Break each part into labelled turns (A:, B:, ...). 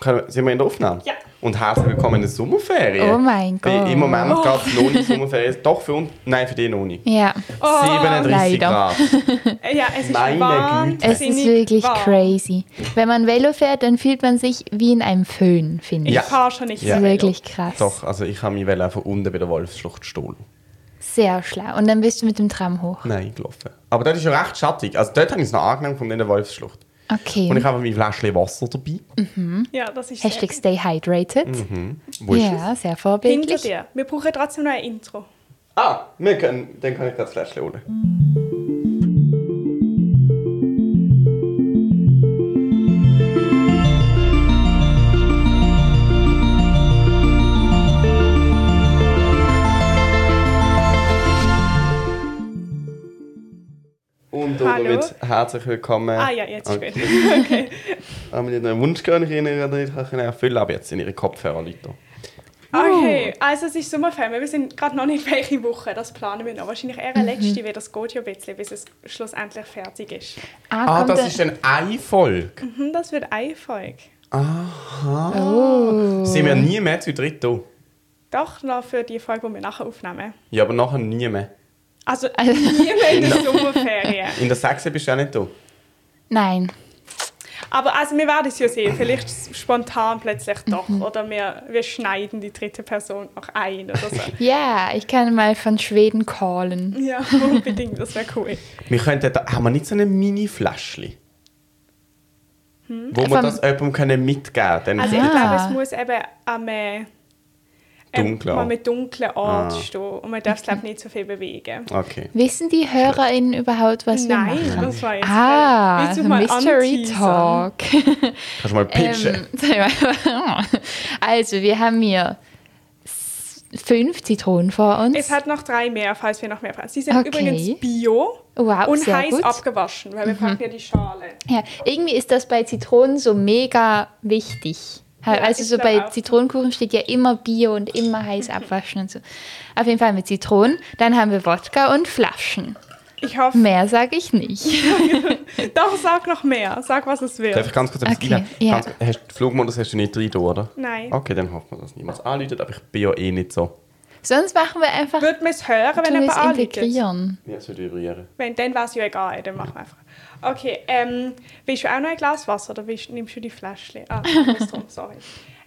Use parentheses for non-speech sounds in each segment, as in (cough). A: Können- Sind wir in der Aufnahme?
B: Ja.
A: Und herzlich willkommen in der Sommerferien.
C: Oh mein
A: Die-
C: Gott.
A: Im Moment oh. gerade noch nicht Sommerferien. Doch für uns, nein, für dich noch nicht.
C: Ja,
B: Oh,
A: 37
C: leider.
A: Grad.
B: Äh, Ja, es ist
A: Meine
B: wahnsinnig
A: Güte.
C: es ist wirklich
B: warm.
C: crazy. Wenn man Velo fährt, dann fühlt man sich wie in einem Föhn, finde ich.
A: Ja.
B: Ich fahre schon nicht.
C: Das
A: Ja.
C: ist
B: so.
C: wirklich krass.
A: Doch, also ich habe mich wollen von unten bei der Wolfsschlucht gestohlen.
C: Sehr schlau. Und dann bist du mit dem Tram hoch.
A: Nein, gelaufen. Aber dort ist ja recht schattig. Also dort habe ich es noch angenehm von in der Wolfsschlucht.
C: Okay.
A: Und ich habe mein Fläschchen Wasser dabei.
B: Ja, das ist sehr-
C: Hashtag stay hydrated.
A: Mhm, Wo ist es?
C: Ja, sehr
B: hinter
C: vorbildlich.
B: dir. Wir brauchen trotzdem noch ein Intro.
A: Ah, wir können, dann kann ich das Fläschchen holen. Und
B: Hallo.
A: damit herzlich willkommen. ah,
B: Ah ja, jetzt ist
A: Okay.
B: gut. (laughs) Okay.
A: Haben wir einen Wunsch gerne in Ihrer erfüllen, aber jetzt in Ihre Kopfhörer, Leute.
C: Oh.
B: Okay, also es ist Sommerferien. Wir sind gerade noch nicht (laughs) welche Woche, das planen wir noch. Wahrscheinlich eher
C: Mhm.
B: eine letzte, weil das geht ja ein bisschen, bis es schlussendlich fertig ist.
C: Ah,
A: Ah,
C: kommt
B: äh,
A: das
C: der-
A: ist dann eine Folge.
B: Hm, das wird eine Folge.
A: Sind wir nie mehr zu dritt da?
B: Doch noch für die Folge, die wir nachher aufnehmen.
A: Ja, aber nachher nie mehr.
B: Also nie
C: (laughs)
B: mehr in der Sommerferien.
A: In der Sechse bist du auch nicht da.
C: Nein.
B: Aber also wir werden es ja sehen. Vielleicht s- spontan plötzlich doch.
C: Mhm.
B: Oder wir, wir schneiden die dritte Person auch ein oder
C: (laughs)
B: so.
C: Ja, ich kann mal von Schweden callen.
B: ja, unbedingt. Das wäre cool.
A: Wir könnten da, haben wir nicht so eine Mini-Fläschchen? Wo wir
C: Vom-
A: das jemandem können mitgeben können.
B: Also
A: Also,
B: ich glaube,
C: Ah.
B: es muss eben am äh,
A: Dunkler.
B: am dunklen Ort
A: Ah.
B: stehen. Und man darf es glaube ich nicht so viel bewegen.
A: okay.
C: Wissen die HörerInnen überhaupt, was wir
B: Nein,
C: machen?
B: das war jetzt
C: Ah,
B: Willst
C: so
B: du mal
C: Mystery
B: anteasern?
C: Talk.
A: Kannst du mal pitchen?
C: Ähm, sag mal, (laughs) also, wir haben hier s- fünf Zitronen vor uns.
B: Es hat noch drei mehr, falls wir noch mehr brauchen. Sie sind
C: Okay.
B: übrigens bio
C: Wow,
B: und
C: sehr
B: heiß
C: gut. Mhm.
B: abgewaschen, weil wir packen ja die Schale.
C: ja, irgendwie ist das bei Zitronen so mega wichtig. Ha-
B: Ja,
C: also
B: ich
C: so
B: glaub
C: bei
B: auch.
C: Zitronenkuchen steht ja immer Bio und immer
B: (laughs)
C: heiß abwaschen und so. Auf jeden Fall mit Zitronen. Dann haben wir Wodka und Flaschen.
B: Ich hoffe,
C: Mehr sage
B: (laughs)
C: ich nicht.
B: doch, sag noch mehr. Sag, was es
A: Darf
B: wird.
A: ich ganz kurz etwas
C: Okay,
A: rein?
C: ja.
A: Ganz, hast, Flugmodus hast du nicht drin, oder?
B: Nein.
A: Okay, dann hoffen wir, dass niemand anläutet, aber ich bin ja eh nicht so.
C: Sonst machen wir einfach,
B: Würde man es hören, wenn
C: tun wir
B: jemand
C: es
B: anliegt?
C: integrieren.
A: Jetzt würde ich vibrieren.
B: Wenn, dann war es ja egal, dann machen wir einfach. Okay, ähm, willst du auch noch ein Glas Wasser oder willst, nimmst du die Flasche? Ah, du bist drum, sorry.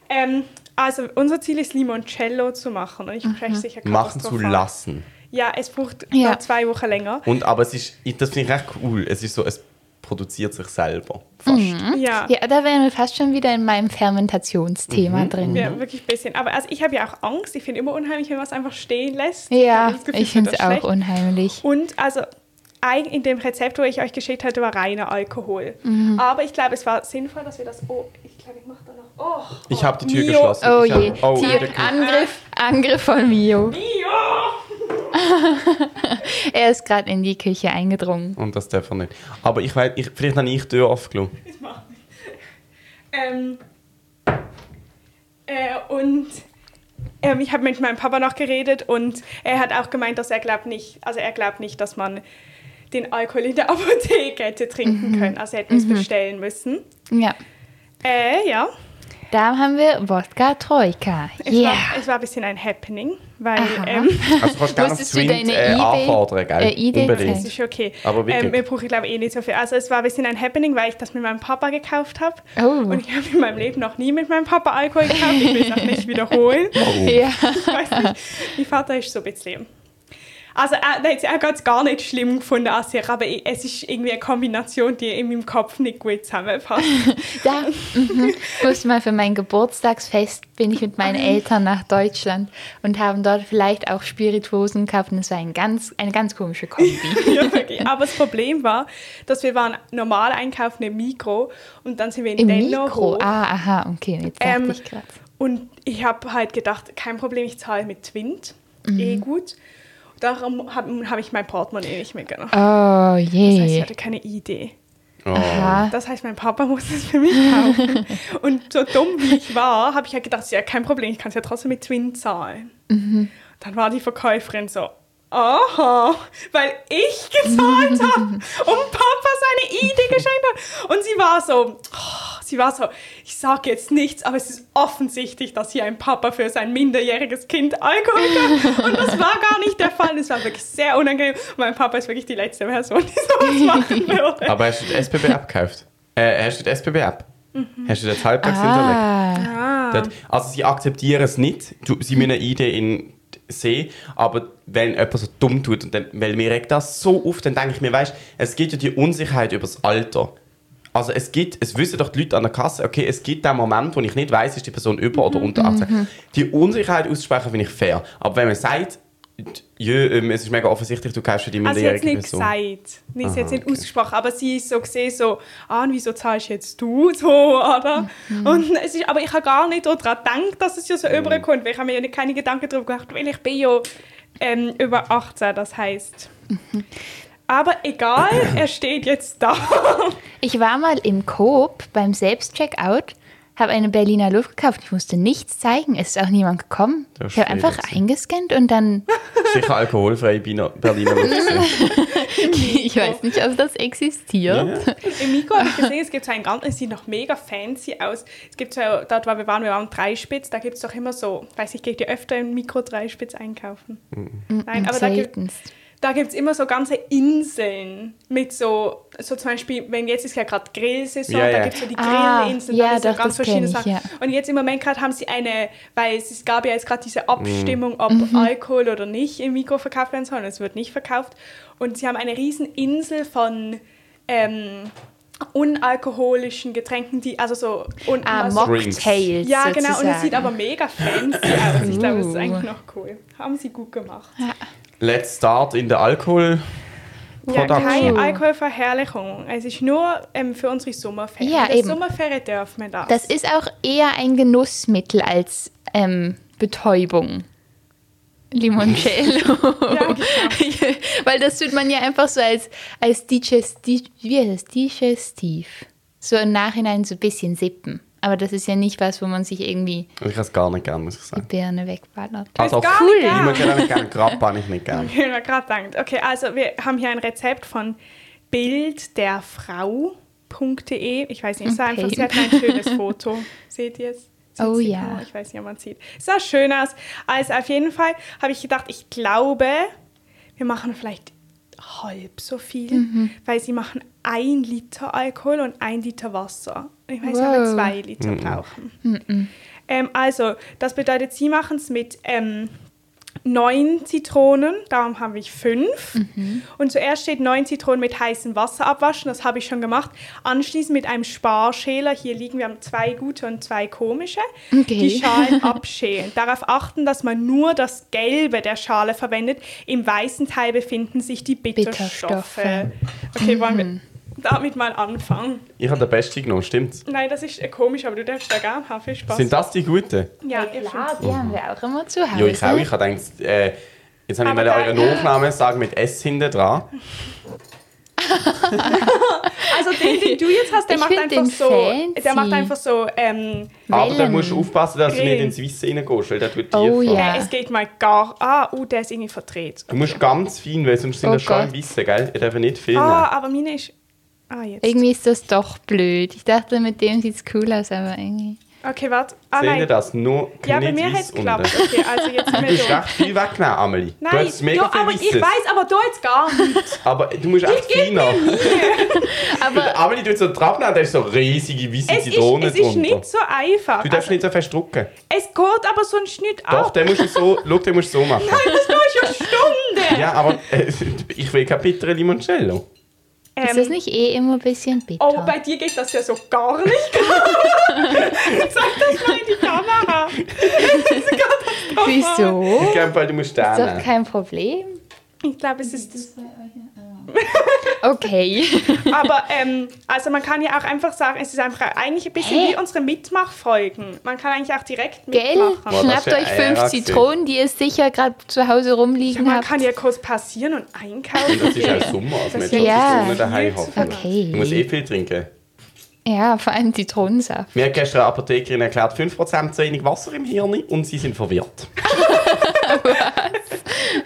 B: Ähm, also, unser Ziel ist, Limoncello zu machen. Und ich spreche sicher
A: Machen zu
B: katastrophal.
A: lassen.
B: Ja, es braucht
C: Mhm. Ja.
B: noch zwei Wochen länger.
A: Und aber es ist, ich- das finde ich recht cool. Es ist so, es produziert sich selber. Fast.
B: Ja.
C: Mhm. Ja, da wären wir fast schon wieder in meinem Fermentationsthema drin.
B: Mhm. Ja, wirklich ein bisschen. Aber also ich habe ja auch Angst. Ich finde immer unheimlich, wenn man es einfach stehen lässt.
C: Ja,
B: hab das Gefühl,
C: ich finde es
B: wird das
C: auch
B: schlecht.
C: unheimlich.
B: Und also eig- in dem Rezept, wo ich euch geschickt hatte, war reiner Alkohol.
C: Mhm.
B: Aber ich glaube, es war sinnvoll, dass wir das. Oh, ich glaube, ich mache da noch. Oh,
A: Ich habe die Tür
B: Mio.
A: geschlossen.
C: Oh
A: ich hab-
C: je,
A: oh,
C: Tier,
A: wirklich.
C: Angriff, Angriff von Mio.
B: Mio! (laughs)
C: Er ist gerade in die Küche eingedrungen.
A: Und das darf er nicht. Aber ich weiß, ich, vielleicht habe ich die Tür aufgelassen.
B: (laughs) Ähm, äh, und ähm, ich habe mit meinem Papa noch geredet und er hat auch gemeint, dass er glaubt nicht, also er glaubt nicht, dass man den Alkohol in der (laughs) Apotheke hätte trinken
C: Mhm.
B: können. Also hätten wir es bestellen müssen.
C: Ja.
B: Äh, ja.
C: Da haben wir Wodka Troika.
B: Es,
C: Yeah.
B: war, es war ein bisschen ein Happening, weil
C: Aha.
B: ähm,
A: Also kannst du gerne auf
C: Musstest du
A: Twint
C: deine
A: äh,
C: eBay
A: anfordern, gell?
C: äh, Idee
A: Unbedingt.
B: das ist okay.
A: Aber wirklich.
B: ähm, wir brauchen, glaube ich, eh nicht so viel. Also es war ein bisschen ein Happening, weil ich das mit meinem Papa gekauft habe.
C: Oh.
B: Und ich habe in meinem Leben noch nie mit meinem Papa Alkohol gekauft. Ich will es auch nicht
C: (laughs)
B: wiederholen.
A: Oh.
C: Ja.
B: Ich weiß nicht. Mein Vater ist so ein bisschen. Also, er, er hat es auch ganz gar nicht schlimm gefunden an sich, aber ich- es ist irgendwie eine Kombination, die in meinem Kopf nicht gut
C: (laughs)
B: zusammenpasst.
C: Da mhm. musste mal für mein Geburtstagsfest bin ich mit meinen Eltern nach Deutschland und haben dort vielleicht auch Spirituosen gehabt. Und es war ein ganz, eine ganz komische Kombi.
B: ja, wirklich. Aber das Problem war, dass wir waren normal einkaufen im Mikro und dann sind wir in (laughs)
C: Im
B: Denno
C: Mikro.
B: hoch.
C: Ah, aha, okay. Jetzt dachte
B: Ähm,
C: ich gerade.
B: Und ich habe halt gedacht, kein Problem, ich zahle mit Twint. Eh gut. Darum habe hab ich mein Portemonnaie nicht mitgenommen.
C: Oh
B: Das heißt, ich
C: je.
B: hatte keine Idee.
A: Oh.
C: Aha.
B: Das heißt, mein Papa muss es für mich kaufen. Und so dumm wie ich war, habe ich halt ja gedacht, ja, kein Problem, ich kann es ja trotzdem mit Twin zahlen. Dann war die Verkäuferin so, Aha, weil ich gezahlt habe und Papa seine Idee geschenkt hat. Und sie war so, oh, sie war so, ich sage jetzt nichts, aber es ist offensichtlich, dass hier ein Papa für sein minderjähriges Kind Alkohol gab. Und das war gar nicht der Fall. Das war wirklich sehr unangenehm. Und mein Papa ist wirklich die letzte Person, die sowas machen würde.
A: Aber er steht SPB abgekauft. Äh, er steht SPB ab. Er steht jetzt halbtags hinterlegt. Dort- Also sie akzeptieren es nicht. Du- Sie müssen eine Idee in sehen, aber wenn jemand so dumm tut, und dann, weil mir regt das so auf, dann denke ich mir, weißt, es gibt ja die Unsicherheit über das Alter. Also es gibt, es wissen doch die Leute an der Kasse, okay, es gibt den Moment, wo ich nicht weiß, ist die Person über oder unter 18. Die Unsicherheit aussprechen finde ich fair, aber wenn man sagt, jö, ähm, es ist mega offensichtlich, du kaufst für die
B: Also sie hat es
A: minderjährige Person.
B: nicht gesagt. Nein, sie hat
A: Aha,
B: es nicht
A: okay.
B: ausgesprochen, aber sie ist so gesehen so, ah, und wieso zahlst jetzt du so, oder? Und es ist, aber ich habe gar nicht daran gedacht, dass es ja
A: Mhm.
B: so überkommt, weil ich habe mir ja nicht- keine Gedanken darüber gemacht, weil ich bin ja ähm, über 18, das heißt. Aber
A: (coughs)
B: egal, er steht jetzt da.
C: Ich war mal im Coop beim Selbstcheckout, habe eine Berliner Luft gekauft. Ich musste nichts zeigen, es ist auch niemand gekommen.
A: Das
C: ich habe
A: steht
C: einfach
A: jetzt.
C: eingescannt und dann, (laughs)
A: Sicher alkoholfreie Bino- Berliner
B: (laughs)
A: Luft. gewesen.
C: ich weiß nicht, ob das
A: ja.
C: existiert.
A: ja.
B: Im Mikro habe ich gesehen, es gibt so einen ganz, es sieht noch mega fancy aus. Es gibt so, dort, wo wir waren, wir waren Dreispitz, da gibt es doch immer so, weiß ich, geht ihr öfter im Mikro Dreispitz einkaufen?
A: Mhm.
C: Mhm.
B: Nein, aber da gibt
C: Seltenst.
B: Da gibt es immer so ganze Inseln mit so, so zum Beispiel, wenn jetzt ist ja gerade Grillsaison,
A: Ja,
B: da
A: ja.
B: gibt es so die
C: Ah,
B: Grillinseln,
C: ja,
B: da sind
C: doch,
B: so ganz
C: das
B: verschiedene
C: kenn ich,
B: Sachen.
C: ja.
B: Und jetzt im Moment gerade haben sie eine, weil es, es gab ja jetzt gerade diese
A: Mhm.
B: Abstimmung, ob
C: Mhm.
B: Alkohol oder nicht im Mikro verkauft werden soll, und es wird nicht verkauft. Und sie haben eine riesen Insel von ähm, unalkoholischen Getränken, die, also so... Und
C: Ah,
B: also-
A: Drinks.
C: Mocktails
B: ja, genau, und es sieht
C: sozusagen.
B: aber mega fancy aus. Ich glaube, es ist
C: Uh.
B: eigentlich noch cool. Haben sie gut gemacht.
A: Let's start in der Alkohol.
B: Ja,
A: Production.
B: keine Alkoholverherrlichung. Es ist nur ähm, für unsere Sommerferien.
C: Ja,
B: In der
C: eben.
B: Sommerferien dürfen wir das.
C: Das ist auch eher ein Genussmittel als ähm, Betäubung.
B: (laughs)
C: Limoncello.
B: Ja,
C: (laughs)
B: genau.
C: Weil das tut man ja einfach so als, als Digestiv, wie heißt das? Digestiv. So im Nachhinein so ein bisschen sippen. Aber das ist ja nicht was, wo man sich irgendwie
A: Also Ich kann es gar nicht gern, muss ich
C: die
A: sagen.
C: Birne wegballert.
A: Also
B: gar
A: cool.
B: nicht
A: Ich
B: gern.
A: mag ja nicht gerne Grab, habe ich nicht gerne.
B: (laughs) Ich habe gerade gedacht. Okay, also wir haben hier ein Rezept von bildderfrau.de. Ich weiß nicht, es ist einfach, sie hat ein
C: (laughs)
B: schönes Foto. Seht ihr es? Seht
C: Oh
B: sie?
C: ja.
B: Ich weiß nicht, ob man sieht. Es sah schön aus. Also auf jeden Fall habe ich gedacht, ich glaube, wir machen vielleicht halb so viel,
C: Mhm.
B: weil sie machen ein Liter Alkohol und ein Liter Wasser. Ich weiß nicht, ob wir
C: Wow.
B: zwei Liter brauchen. Ähm, also, das bedeutet, sie machen es mit ähm, neun Zitronen, darum habe ich fünf.
C: Mhm.
B: Und zuerst steht neun Zitronen mit heißem Wasser abwaschen, das habe ich schon gemacht. Anschließend mit einem Sparschäler, hier liegen wir haben zwei gute und zwei komische,
C: Okay.
B: die
C: (laughs)
B: Schalen abschälen. Darauf achten, dass man nur das Gelbe der Schale verwendet. Im weißen Teil befinden sich die Bitterstoffe.
C: Bitterstoffe. Mhm.
B: Okay, wollen wir damit mal anfangen?
A: Ich habe den besten genommen, stimmt.
B: Nein, das ist äh, komisch, aber du darfst da gerne haben. Viel Spaß.
A: Sind das die guten?
B: ja, ihr fünf.
C: die haben wir auch immer zu Hause.
A: Ja, ich auch. Ich habe gedacht, äh, jetzt habe ich
B: Aber
A: mal euren
B: geil.
A: Nachnamen sagen mit S hinten dran.
B: Also den, den du jetzt hast, der
C: Ich
B: macht
C: find
B: einfach
C: den
B: so. Der macht
C: fancy.
B: einfach so. Ähm,
A: Aber dann
C: Wellen.
A: musst du aufpassen, dass du nicht
B: Grillen.
A: ins Weiße reingehst, weil der tut dir
C: Oh
A: vor.
C: ja.
B: der, Äh, es geht mal gar. Ah, uh, der ist irgendwie verdreht.
A: Du musst ganz fein, weil sonst sind
C: Oh
A: das schon im
C: Gott.
A: Weißen, gell? Ihr dürft nicht viel
B: Ah,
A: nehmen.
B: aber meine ist. Ah, jetzt.
C: Irgendwie ist das doch blöd. Ich dachte, mit dem sieht es cool aus, aber irgendwie.
B: Okay, warte. Ah,
A: Seht ihr
B: nein.
A: das? Nur
B: Ja, bei
A: nicht
B: mir hat
A: weiss
B: es geklappt.
A: unten.
B: Okay,
A: (laughs)
B: also jetzt sind
A: Du
B: wir
A: hast
B: durch.
A: recht viel weggenommen, Amelie. du
B: Nein,
A: hast mega
B: ja,
A: viel
B: aber ich
A: Weisses.
B: weiß, aber du
A: (laughs)
B: jetzt gar nicht.
A: Aber du musst echt
B: geb
A: feiner. (laughs)
C: Aber
A: Amelie tut so drauf, da ist so riesige weiße
B: Es ist,
A: Zitrone
B: es ist
A: drunter.
B: nicht so einfach.
A: Du darfst
B: Also,
A: nicht so fest drücken.
B: es geht aber so ein Schnitt
A: Doch,
B: auch. (laughs)
A: den musst du so, schau, den musst du so machen.
B: Das geht ja
C: (laughs)
B: Stunden.
A: Ja, aber äh, ich will keine bittere Limoncello.
C: ist das
B: Ähm,
C: nicht eh immer ein bisschen bitter?
B: Oh, bei dir geht das ja so gar nicht (laughs) klar. Sag das mal in
A: (laughs)
B: die Kamera.
C: Wieso?
A: Ich glaube, du musst den
C: Ist doch
A: nehmen.
C: kein Problem.
B: Ich glaube, es ist das.
C: Okay.
B: Aber ähm, also man kann ja auch einfach sagen, es ist einfach eigentlich ein bisschen
C: Hä?
B: wie unsere Mitmachfolgen. Man kann eigentlich auch direkt
C: Gell?
B: mitmachen.
A: das
C: Schnappt
A: wär
C: euch fünf
A: Eier
C: Zitronen, die ihr sicher gerade zu Hause rumliegen
B: Man
C: habt.
B: kann ja kurz passieren und einkaufen.
A: Das ist
B: gehen.
A: auch Sommer, also
B: Das
A: man
C: ist ja
A: ja. ohne
B: viel
A: daheim
B: zu
A: hoffen.
C: Okay.
A: Du musst eh viel trinken.
C: ja, vor allem Zitronensaft.
A: Mir hat gestern eine Apothekerin erklärt, 5% zu wenig Wasser im Hirn und sie sind verwirrt.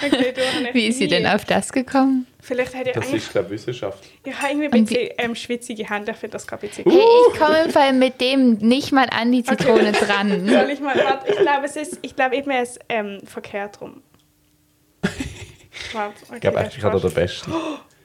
B: Okay, du, Hanna,
C: Wie ist sie denn auf das gekommen?
B: Vielleicht hat ihr
A: Das
B: eigentlich
A: ist, glaube ich, Wissenschaft.
B: ich habe irgendwie ein
C: Und
B: bisschen ähm, schwitzige Hände, ich finde das gerade witzig.
C: Hey, ich komme im Fall mit dem nicht mal an die
B: (laughs)
C: Zitrone dran.
B: Soll ich mal warte, Ich glaube, es ist, ich glaube eben, er ist ähm, verkehrt rum. Warte, okay,
A: (laughs) Ich glaube,
B: das
A: eigentlich hat er
B: passt.
A: der Beste.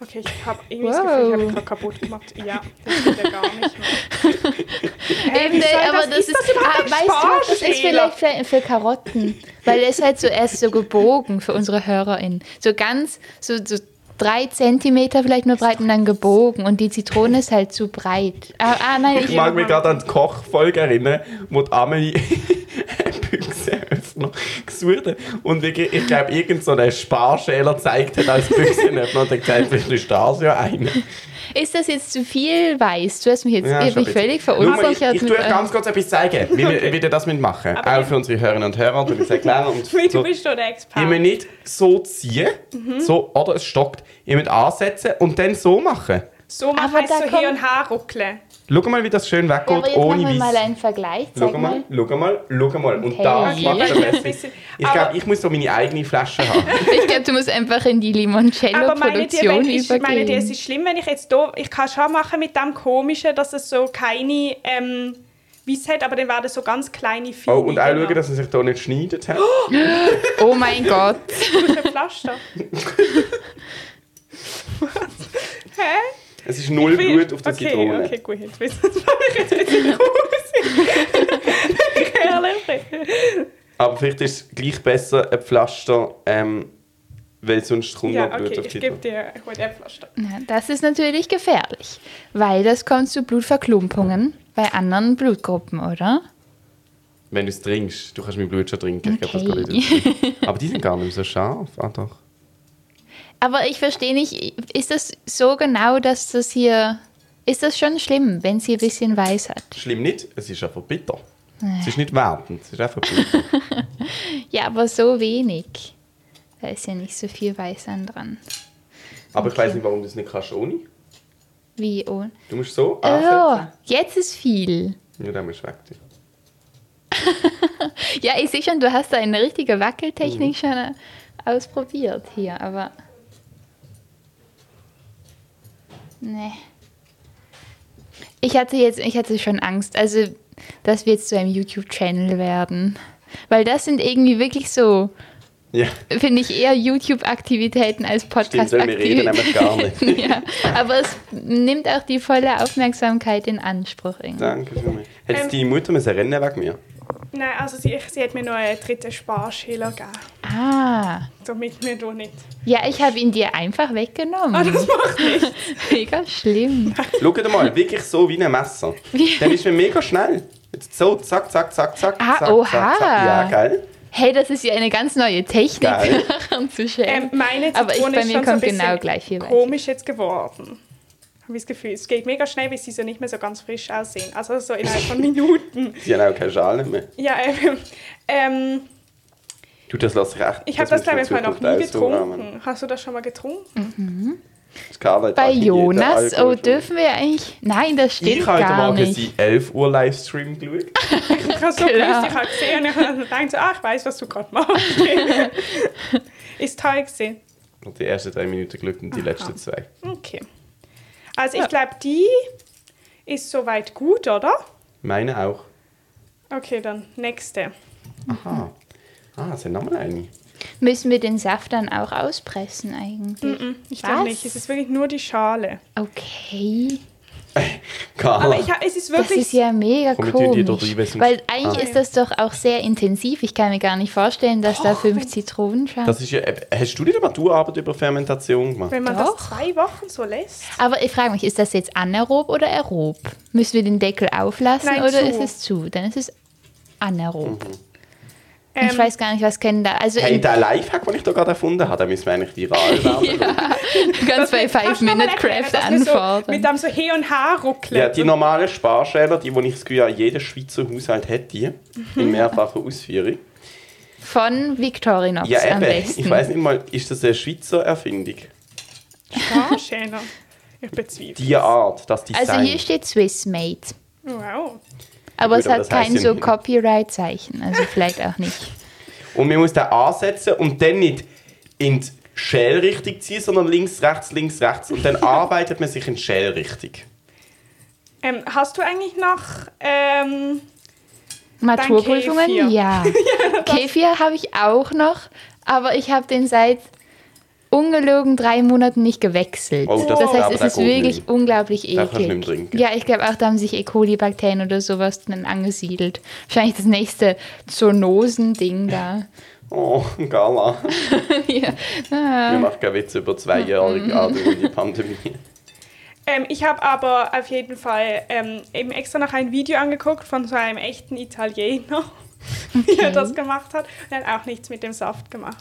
B: Okay, ich habe irgendwie das Gefühl, ich habe
C: Wow.
B: ihn gerade kaputt gemacht. Ja, das geht ja gar nicht
C: (laughs)
B: mehr. Hey,
C: Eben,
B: wie soll
C: aber das ist, ah,
B: ein
C: weißt du, was, das ist
B: Sparschäler?
C: vielleicht für, für Karotten, weil er ist halt so erst so gebogen für unsere HörerInnen. So ganz, so, so drei Zentimeter vielleicht nur breit und dann gebogen und die Zitrone ist halt zu breit. Ah, ah nein,
A: Ich
C: ich,
A: mag mich gerade an die Kochfolge erinnern, wo die Amelie (laughs) einen Büchsenöffner gesucht hat und wirklich, ich glaube, irgend so einen Sparschäler gezeigt hat als Büchsenöffner und hat gesagt, das ist das ja einer.
C: ist das jetzt zu viel weiß? Du hast mich jetzt
A: Ja,
C: ich hab
A: schon
C: mich
A: ein bisschen.
C: völlig
A: Nur mal,
C: verunsichert.
A: Ich, ich
C: mit
A: tue euch
C: eurem-
A: ganz kurz etwas zeigen, wie, wir, wie ihr das mitmachen
B: Aber
A: Auch
B: ihr-
A: für unsere Hörerinnen und Hörer, damit es erklären und
C: (laughs)
B: Weil
A: so.
B: Du bist doch der
A: Ihr müsst
B: Experte.
A: nicht so ziehen,
C: Mhm.
A: so, oder es stockt. Ihr müsst ansetzen und dann so machen.
B: So macht
C: Aber
B: man
C: da
B: so
C: kommt-
B: hier und her ruckeln.
A: Schau mal, wie das schön
C: ja, aber
A: weggeht,
C: jetzt
A: ohne
C: machen wir mal
A: Weiss.
C: einen Vergleich. Zeig
A: Schau
C: mal.
A: mal, schau mal, schau mal. Und
C: Okay.
A: das
C: Okay.
A: macht der
C: (laughs)
B: Ja, ein
A: Messi.
B: bisschen.
A: Ich
B: Aber-
A: glaube, ich muss so meine eigene Flasche haben.
B: (laughs)
C: Ich glaube, du musst einfach in die
B: Aber meint ihr,
C: Limoncello-Produktion
B: wenn ich, meint ihr, es
C: übergehen.
B: ist schlimm, wenn ich jetzt hier, ich kann schon machen mit dem Komischen, dass es so keine ähm, Wiss hat, aber dann werden so ganz kleine Finger.
A: Oh, und auch
B: Genau.
A: schauen, dass er sich da nicht schneidet hat. Oh,
C: Oh mein Gott.
B: das...
A: (laughs)
B: Pflaster. Was? Hä?
A: es ist null Blut auf der
B: okay,
A: Zitrone.
B: Okay, gut, jetzt wissen wir, (laughs) ich jetzt wieder (laughs) raus. Ehrlich.
A: Aber vielleicht ist es gleich besser ein Pflaster, ähm, weil sonst kommt
B: Ja,
A: noch Blut
B: okay,
A: auf
B: ich
A: die
B: gebe
A: Zitrone.
B: dir ich hol dir ein Pflaster.
C: Na, das ist natürlich gefährlich, weil das kommt zu Blutverklumpungen bei anderen Blutgruppen, oder?
A: Wenn du es trinkst, du kannst mein Blut schon trinken. Ich glaube, das
C: Okay.
A: geht
C: (laughs)
A: nicht. Aber die sind gar nicht so scharf. Ah, doch.
C: Aber ich verstehe nicht, ist das so genau, dass das hier. Ist das schon schlimm, wenn sie ein bisschen weiß hat?
A: Schlimm nicht, es ist einfach bitter. Es ist nicht wertend, es ist einfach bitter.
C: Ja, aber so wenig. Da ist ja nicht so viel Weiß an dran.
A: Aber ich weiß nicht, warum du es nicht kannst ohne.
C: Wie ohne.
A: Du musst so
C: Oh,
A: ansetzen.
C: jetzt ist viel.
A: Ja, dann musst du weg.
C: Ja, ich sehe schon, du hast da eine richtige Wackeltechnik
A: Mhm.
C: schon äh, ausprobiert hier, aber. Nee. Ich hatte jetzt, ich hatte schon Angst, also, dass wir jetzt zu einem YouTube-Channel werden. Weil das sind irgendwie wirklich so,
A: Ja,
C: finde ich, eher YouTube-Aktivitäten als
A: stimmt, weil wir reden nämlich
C: Podcast-Aktivitäten.
A: gar nicht.
C: (laughs) Ja, aber es nimmt auch die volle Aufmerksamkeit in Anspruch. Irgendwie.
A: Danke für mich. Hättest
B: Ähm.
A: deine Mutter müssen rennen wegen mir?
B: Nein, also sie, ich, sie hat mir noch einen dritten Sparschäler gegeben,
C: Ah.
B: damit wir da nicht...
C: Ja, ich habe ihn dir einfach
B: Ah,
C: weggenommen.
B: das macht nichts.
C: Mega schlimm.
A: Schaut mal, wirklich so wie ein Messer.
C: Wie-
A: Dann ist man mega schnell. Jetzt so, zack, zack, zack, zack,
C: Ah,
A: zack,
C: oha.
A: zack, zack. Ja, geil.
C: Hey, das ist ja eine ganz neue Technik,
A: Geil.
C: Sachen zu
B: Ähm,
C: schälen.
B: meine Zitrone
C: Aber ich, bei
B: ist
C: mir
B: schon
C: kommt
B: so ein
C: genau
B: bisschen
C: gleich viel weiter.
B: komisch jetzt geworden. Habe ich das Gefühl, es geht mega schnell, weil sie so nicht mehr so ganz frisch aussehen. Also so
A: (laughs)
B: innerhalb von Minuten.
A: Die haben auch keine Schale mehr.
B: Ja, ähm, ähm,
A: Du, das lasse ich echt.
B: ich habe das, glaube ich,
A: muss
B: mal
A: in
B: noch nie
A: Zukunft auch so rahmen.
B: getrunken. Hast du das schon mal getrunken?
A: Scarlett
C: Bei
A: hat jeden
C: Jonas,
A: Alkohol
C: oh,
A: schon.
C: dürfen wir eigentlich. Nein, das stimmt
A: Ich habe heute
C: gar
A: Morgen
C: nicht.
A: seinen 11 Uhr Livestream geschaut.
B: Ich habe so
C: Klar.
B: gewusst, ich habe gesehen und ich habe gedacht, so, ah, ich weiß, was du gerade machst. (laughs) Ist toll gewesen.
A: Und die ersten drei Minuten geschaut und die letzten zwei.
B: Okay. Also
C: Ja.
B: ich glaube, die ist soweit gut, oder?
A: Meine auch.
B: Okay, dann nächste.
A: Aha. Ah, es sind nochmal eine. (laughs)
C: Müssen wir den Saft dann auch auspressen eigentlich?
B: Ich glaube
C: Was?
B: nicht. Es ist wirklich nur die Schale.
C: Okay.
A: Carla.
B: Aber ich, ha- es ist
C: Das
B: wirklich
C: ist ja mega
A: Komm, wir tun die
C: komisch.
A: da drüber, sonst-
C: Weil eigentlich
A: Ah.
C: ist das doch auch sehr intensiv. Ich kann mir gar nicht vorstellen, dass da
B: Och,
C: fünf
B: wenn-
C: Zitronen schauen.
A: das ist ja, äh, hast du nicht eine Maturarbeit über Fermentation gemacht?
B: Wenn man
C: Doch.
B: das zwei Wochen so lässt.
C: Aber ich frage mich, ist das jetzt anaerob oder aerob? Müssen wir den Deckel auflassen
B: Nein,
C: oder
B: zu.
C: ist es zu? Dann ist es anaerob.
B: Ähm,
C: ich weiß gar nicht, was kennen da. Also
A: Mhm. Hey,
C: in,
A: der Lifehack, den ich da gerade erfunden habe, den müssen wir eigentlich viral werden.
C: (laughs) ganz bei
B: Kannst du noch mal erklären,
C: Five-Minute-Craft
B: dass wir So
C: anfordern.
B: mit einem so her und her ruckeln.
A: Ja, die normalen Sparschäler, die, die ich das Gefühl habe, jeder Schweizer Haushalt hat die, in mehrfacher Ausführung.
C: Von Victorinox
A: Ja,
C: am
A: eben. Ich
C: besten.
A: weiß nicht mal, ist das eine Schweizer Erfindung?
B: Sparschäler. Ich bezweifle.
A: Die Art, das Design.
C: also hier steht Swiss Made.
B: Wow.
C: Aber
A: Gut,
C: es
A: aber das
C: hat
A: heißt
C: kein
A: ja
C: so
A: nicht-
C: Copyright-Zeichen. Also vielleicht auch nicht.
A: Und man muss den ansetzen und dann nicht in die Shell-Richtung ziehen, sondern links, rechts, links, rechts. Und
C: (laughs)
A: dann arbeitet man sich in die Shell-Richtung.
B: Ähm, hast du eigentlich noch ähm,
C: Maturprüfungen?
B: Kefir. (laughs)
C: Ja. (laughs) Kefir habe ich auch noch, aber ich habe den seit ungelogen drei Monaten nicht gewechselt.
A: Oh, das-
C: das
A: aber
C: heißt, es
A: da
C: ist
A: geht
C: wirklich
A: nicht.
C: unglaublich
A: Da kannst du nicht
C: eklig.
A: mehr trinken.
C: Ja, ich glaube auch, da haben sich E. coli-Bakterien oder sowas dann angesiedelt. Wahrscheinlich das nächste
B: (laughs)
C: Zoonosen-Ding da.
A: Oh, Gala.
C: ja. Ähm.
A: Wir machen keinen Witz über
C: Mhm.
A: zweijährige Adel und die Pandemie.
B: Ähm, ich habe aber auf jeden Fall ähm, eben extra noch ein Video angeguckt von so einem echten Italiener, (laughs) wie er das gemacht hat. Und er hat auch nichts mit dem Saft gemacht.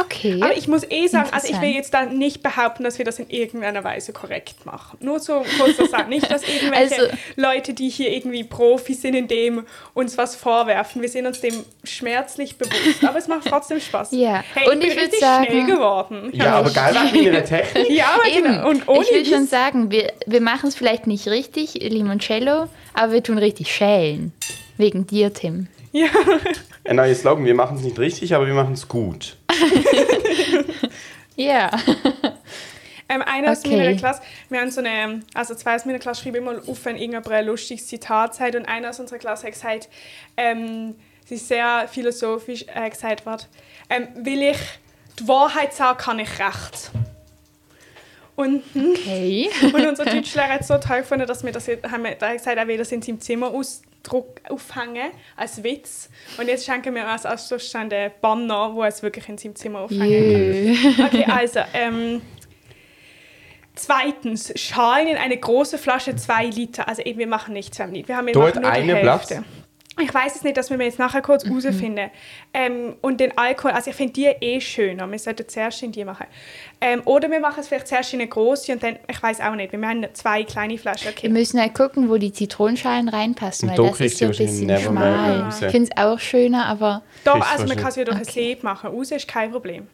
C: Okay.
B: Aber ich muss eh sagen, also ich will
C: Interessant.
B: jetzt da nicht behaupten, dass wir das in irgendeiner Weise korrekt machen. Nur so kurz das sagen. Nicht, dass irgendwelche
C: Also-
B: Leute, die hier irgendwie Profis sind in dem, uns was vorwerfen. Wir sind uns dem schmerzlich bewusst. Aber es macht trotzdem Spaß.
C: Ja.
B: Hey, ich
C: Und
B: bin
C: ich würd
B: richtig
C: sagen-
B: schnell geworden.
A: Ja, aber geil nach meiner Technik.
B: Ja,
C: Eben.
B: Martina, und ohne
C: ich will schon
B: dies-
C: sagen, wir, wir machen es vielleicht nicht richtig, Limoncello, aber wir tun richtig Schälen. Wegen dir, Tim.
B: (laughs) ja.
A: Ein neuer Slogan, wir machen es nicht richtig, aber wir machen es gut.
C: Ja.
B: Ähm, einer aus
C: Okay.
B: meiner Klasse, wir haben so eine, also zwei aus meiner Klasse schrieben immer auf, wenn irgendein lustiges Zitat sagt und einer aus unserer Klasse hat gesagt, ähm, sie ist sehr philosophisch äh, gesagt wird, ähm, will ich die Wahrheit sagen, kann ich recht. Und, hm,
C: Okay.
B: (laughs) und unser Deutschlehrer hat so toll gefunden, dass wir das jetzt, haben wir, da hat gesagt, er will das in seinem Zimmer ausdruck, aufhängen, als Witz. Und jetzt schenken wir als Auszustand einen Banner, wo er es wirklich in seinem Zimmer aufhängen kann. Okay, also, ähm, zweitens, Schalen in eine große Flasche, zwei Liter. Also eben, wir machen nichts beim Lied. Wir haben wir
A: Dort
B: machen nur die
A: eine
B: Hälfte.
A: Platz?
B: Ich weiß es nicht, dass wir mir jetzt nachher kurz
C: Mhm.
B: rausfinden. Ähm, und den Alkohol, also ich finde die eh schöner. Wir sollten zuerst in die machen. Ähm, oder wir machen es vielleicht zuerst in eine große und dann, ich weiß auch nicht, wir haben zwei kleine Flaschen.
C: Wir
B: Okay.
C: müssen halt gucken, wo die Zitronenschalen reinpassen,
A: Und
C: weil
A: da
C: das
A: kriegst
C: ist ja
A: du
C: ein bisschen
A: wahrscheinlich Never Mind um
C: schmal.
A: raus.
C: Ich finde es auch schöner, aber
B: Doch,
A: Kriegst
B: also man
A: wahrscheinlich.
B: kann es ja durch ein Sieb machen. Raus ist kein Problem.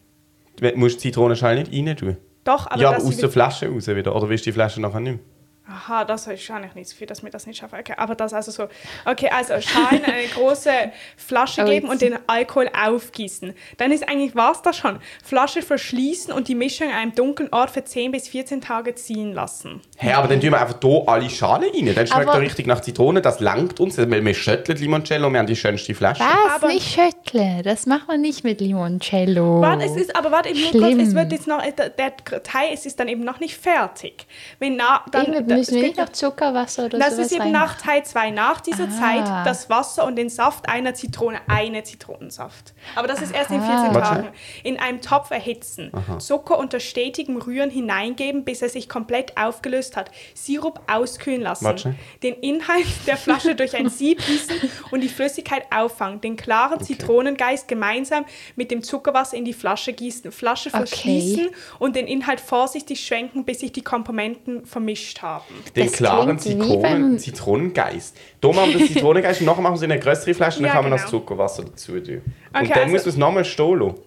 A: Du musst die Zitronenschale nicht rein tun.
B: Doch, aber
A: ja,
B: dass
A: aber
B: sie
A: aus der Flasche raus wieder. Oder willst du die Flasche nachher nicht mehr?
B: Aha, das ist wahrscheinlich nicht so viel, dass wir das nicht schaffen. Okay, aber das also so. Okay, also Schalen
C: (laughs)
B: eine große Flasche
C: Oh,
B: geben
C: jetzt.
B: und den Alkohol aufgießen. Dann ist eigentlich war's das schon. Flasche verschließen und die Mischung an einem dunklen Ort für 10 bis 14 Tage ziehen lassen.
A: Hä, aber dann tun wir einfach hier alle Schalen rein. Dann schmeckt
C: Aber-
A: er richtig nach Zitrone, das langt uns. Also, Wir wir schütteln Limoncello, wir haben die schönste Flasche.
C: was?
B: Aber-
C: nicht schüttle. Das macht man nicht mit Limoncello.
B: Warte, es ist, aber warte, eben nur kurz, es
C: Schlimm.
B: wird jetzt noch, äh, der der Teil es ist dann eben noch nicht fertig. Wenn na, dann,
C: Eben,
B: das
C: müssen wir
B: geht
C: nicht noch Zuckerwasser oder
B: Das
C: sowas
B: ist eben
C: rein?
B: nach Teil 2. Nach dieser
C: Ah.
B: Zeit das Wasser und den Saft einer Zitrone, eine Zitronensaft. Aber das ist erst in
C: Aha.
B: 14
A: Warte.
B: Tagen. In einem Topf erhitzen. Zucker unter stetigem Rühren hineingeben, bis er sich komplett aufgelöst hat. Sirup auskühlen lassen.
A: Warte.
B: Den Inhalt der Flasche durch ein Sieb gießen und die Flüssigkeit auffangen. Den klaren Zitronengeist gemeinsam mit dem Zuckerwasser in die Flasche gießen. Flasche
C: Okay.
B: verschließen und den Inhalt vorsichtig schwenken, bis sich die Komponenten vermischt haben.
A: Den
C: Das
A: klaren
C: klingt wie
A: Zitronen,
C: beim-
A: Zitronengeist. Da machen wir den Zitronengeist und nachher machen wir es in eine größere Flasche und dann
B: Ja,
A: kann man noch das
B: genau.
A: Zuckerwasser dazu tun.
B: Okay,
A: und dann
B: also-
A: muss man es nochmal stehen lassen.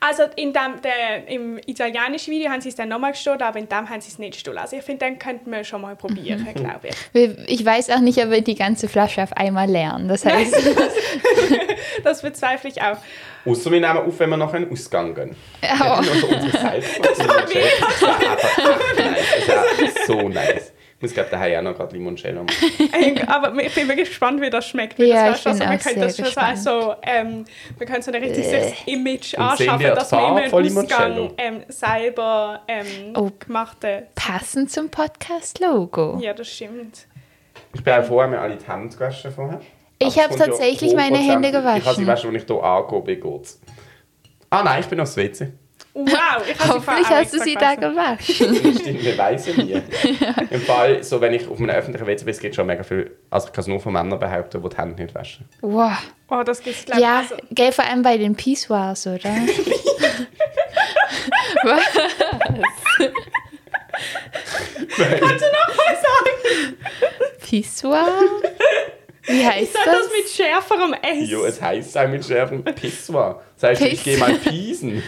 B: Also in dem, der, im italienischen Video haben sie es dann nochmal gestohlen, aber in dem haben sie es nicht gestohlen. Also ich finde, den könnten wir schon mal probieren,
A: Mhm.
B: glaube ich.
C: Wir- Ich weiß auch nicht, ob wir die ganze Flasche auf einmal leeren. Das heißt, (laughs)
B: Das bezweifle ich auch. (laughs)
A: Außer wir nehmen auf, wenn wir noch einen Ausgang gehen.
C: Au.
A: Also unsere Selbstlimoncello. Das war einfach echt nice. Das war so nice. Ich muss glaube daheim auch noch gerade Limoncello machen.
B: Ähm, aber ich bin wirklich gespannt, wie das schmeckt. weil
C: Ja,
B: das wär
C: ich
B: schon
C: bin
B: so, man
C: auch
B: könnte das
C: sehr Äh.
B: schon so, also, ähm, man könnte so ein richtiges Image
A: Und sehen wir
B: anschaffen, dass
A: die Farbe
B: man immer
A: von
B: im Ausgang
A: Limoncello?
B: ähm, selber ähm,
C: Oh.
B: gemachte...
C: passend zum Podcast-Logo.
B: Ja, das stimmt.
A: Ich bin auch vorher mir alle die Hände gewaschen vorher.
C: Ich
A: Aber
C: habe
A: es kommt
C: tatsächlich
A: ja
C: meine Hände
A: 100%. Ich habe sie
C: gewaschen.
A: gewaschen, als ich hier angekommen bin. kurz. Ah nein, ich bin aufs WC.
B: Wow, ich habe sie vorher
C: Hoffentlich
B: auch
C: hast du
B: extra
C: sie da
B: gewaschen.
C: gewaschen.
B: (laughs)
A: Stimmt, wir weissen
C: (laughs)
A: nie. Im Fall, so, wenn ich auf einem öffentlichen WC bin, es gibt schon mega viel. Also ich kann es nur von Männern behaupten, die die Hände nicht waschen.
C: Wow.
B: Oh, das gibt's gleich.
C: Ja,
B: Also, (laughs)
C: gell, vor allem bei den Peace Wars, oder? Was?
B: was sagen?
C: Peace War? Wie heißt
B: Sag
C: das?
B: das mit schärferem S.
A: Jo, es heisst auch mit Schärfen Pisswa. Das heisst, ich
C: Piss.
A: gehe mal piesen.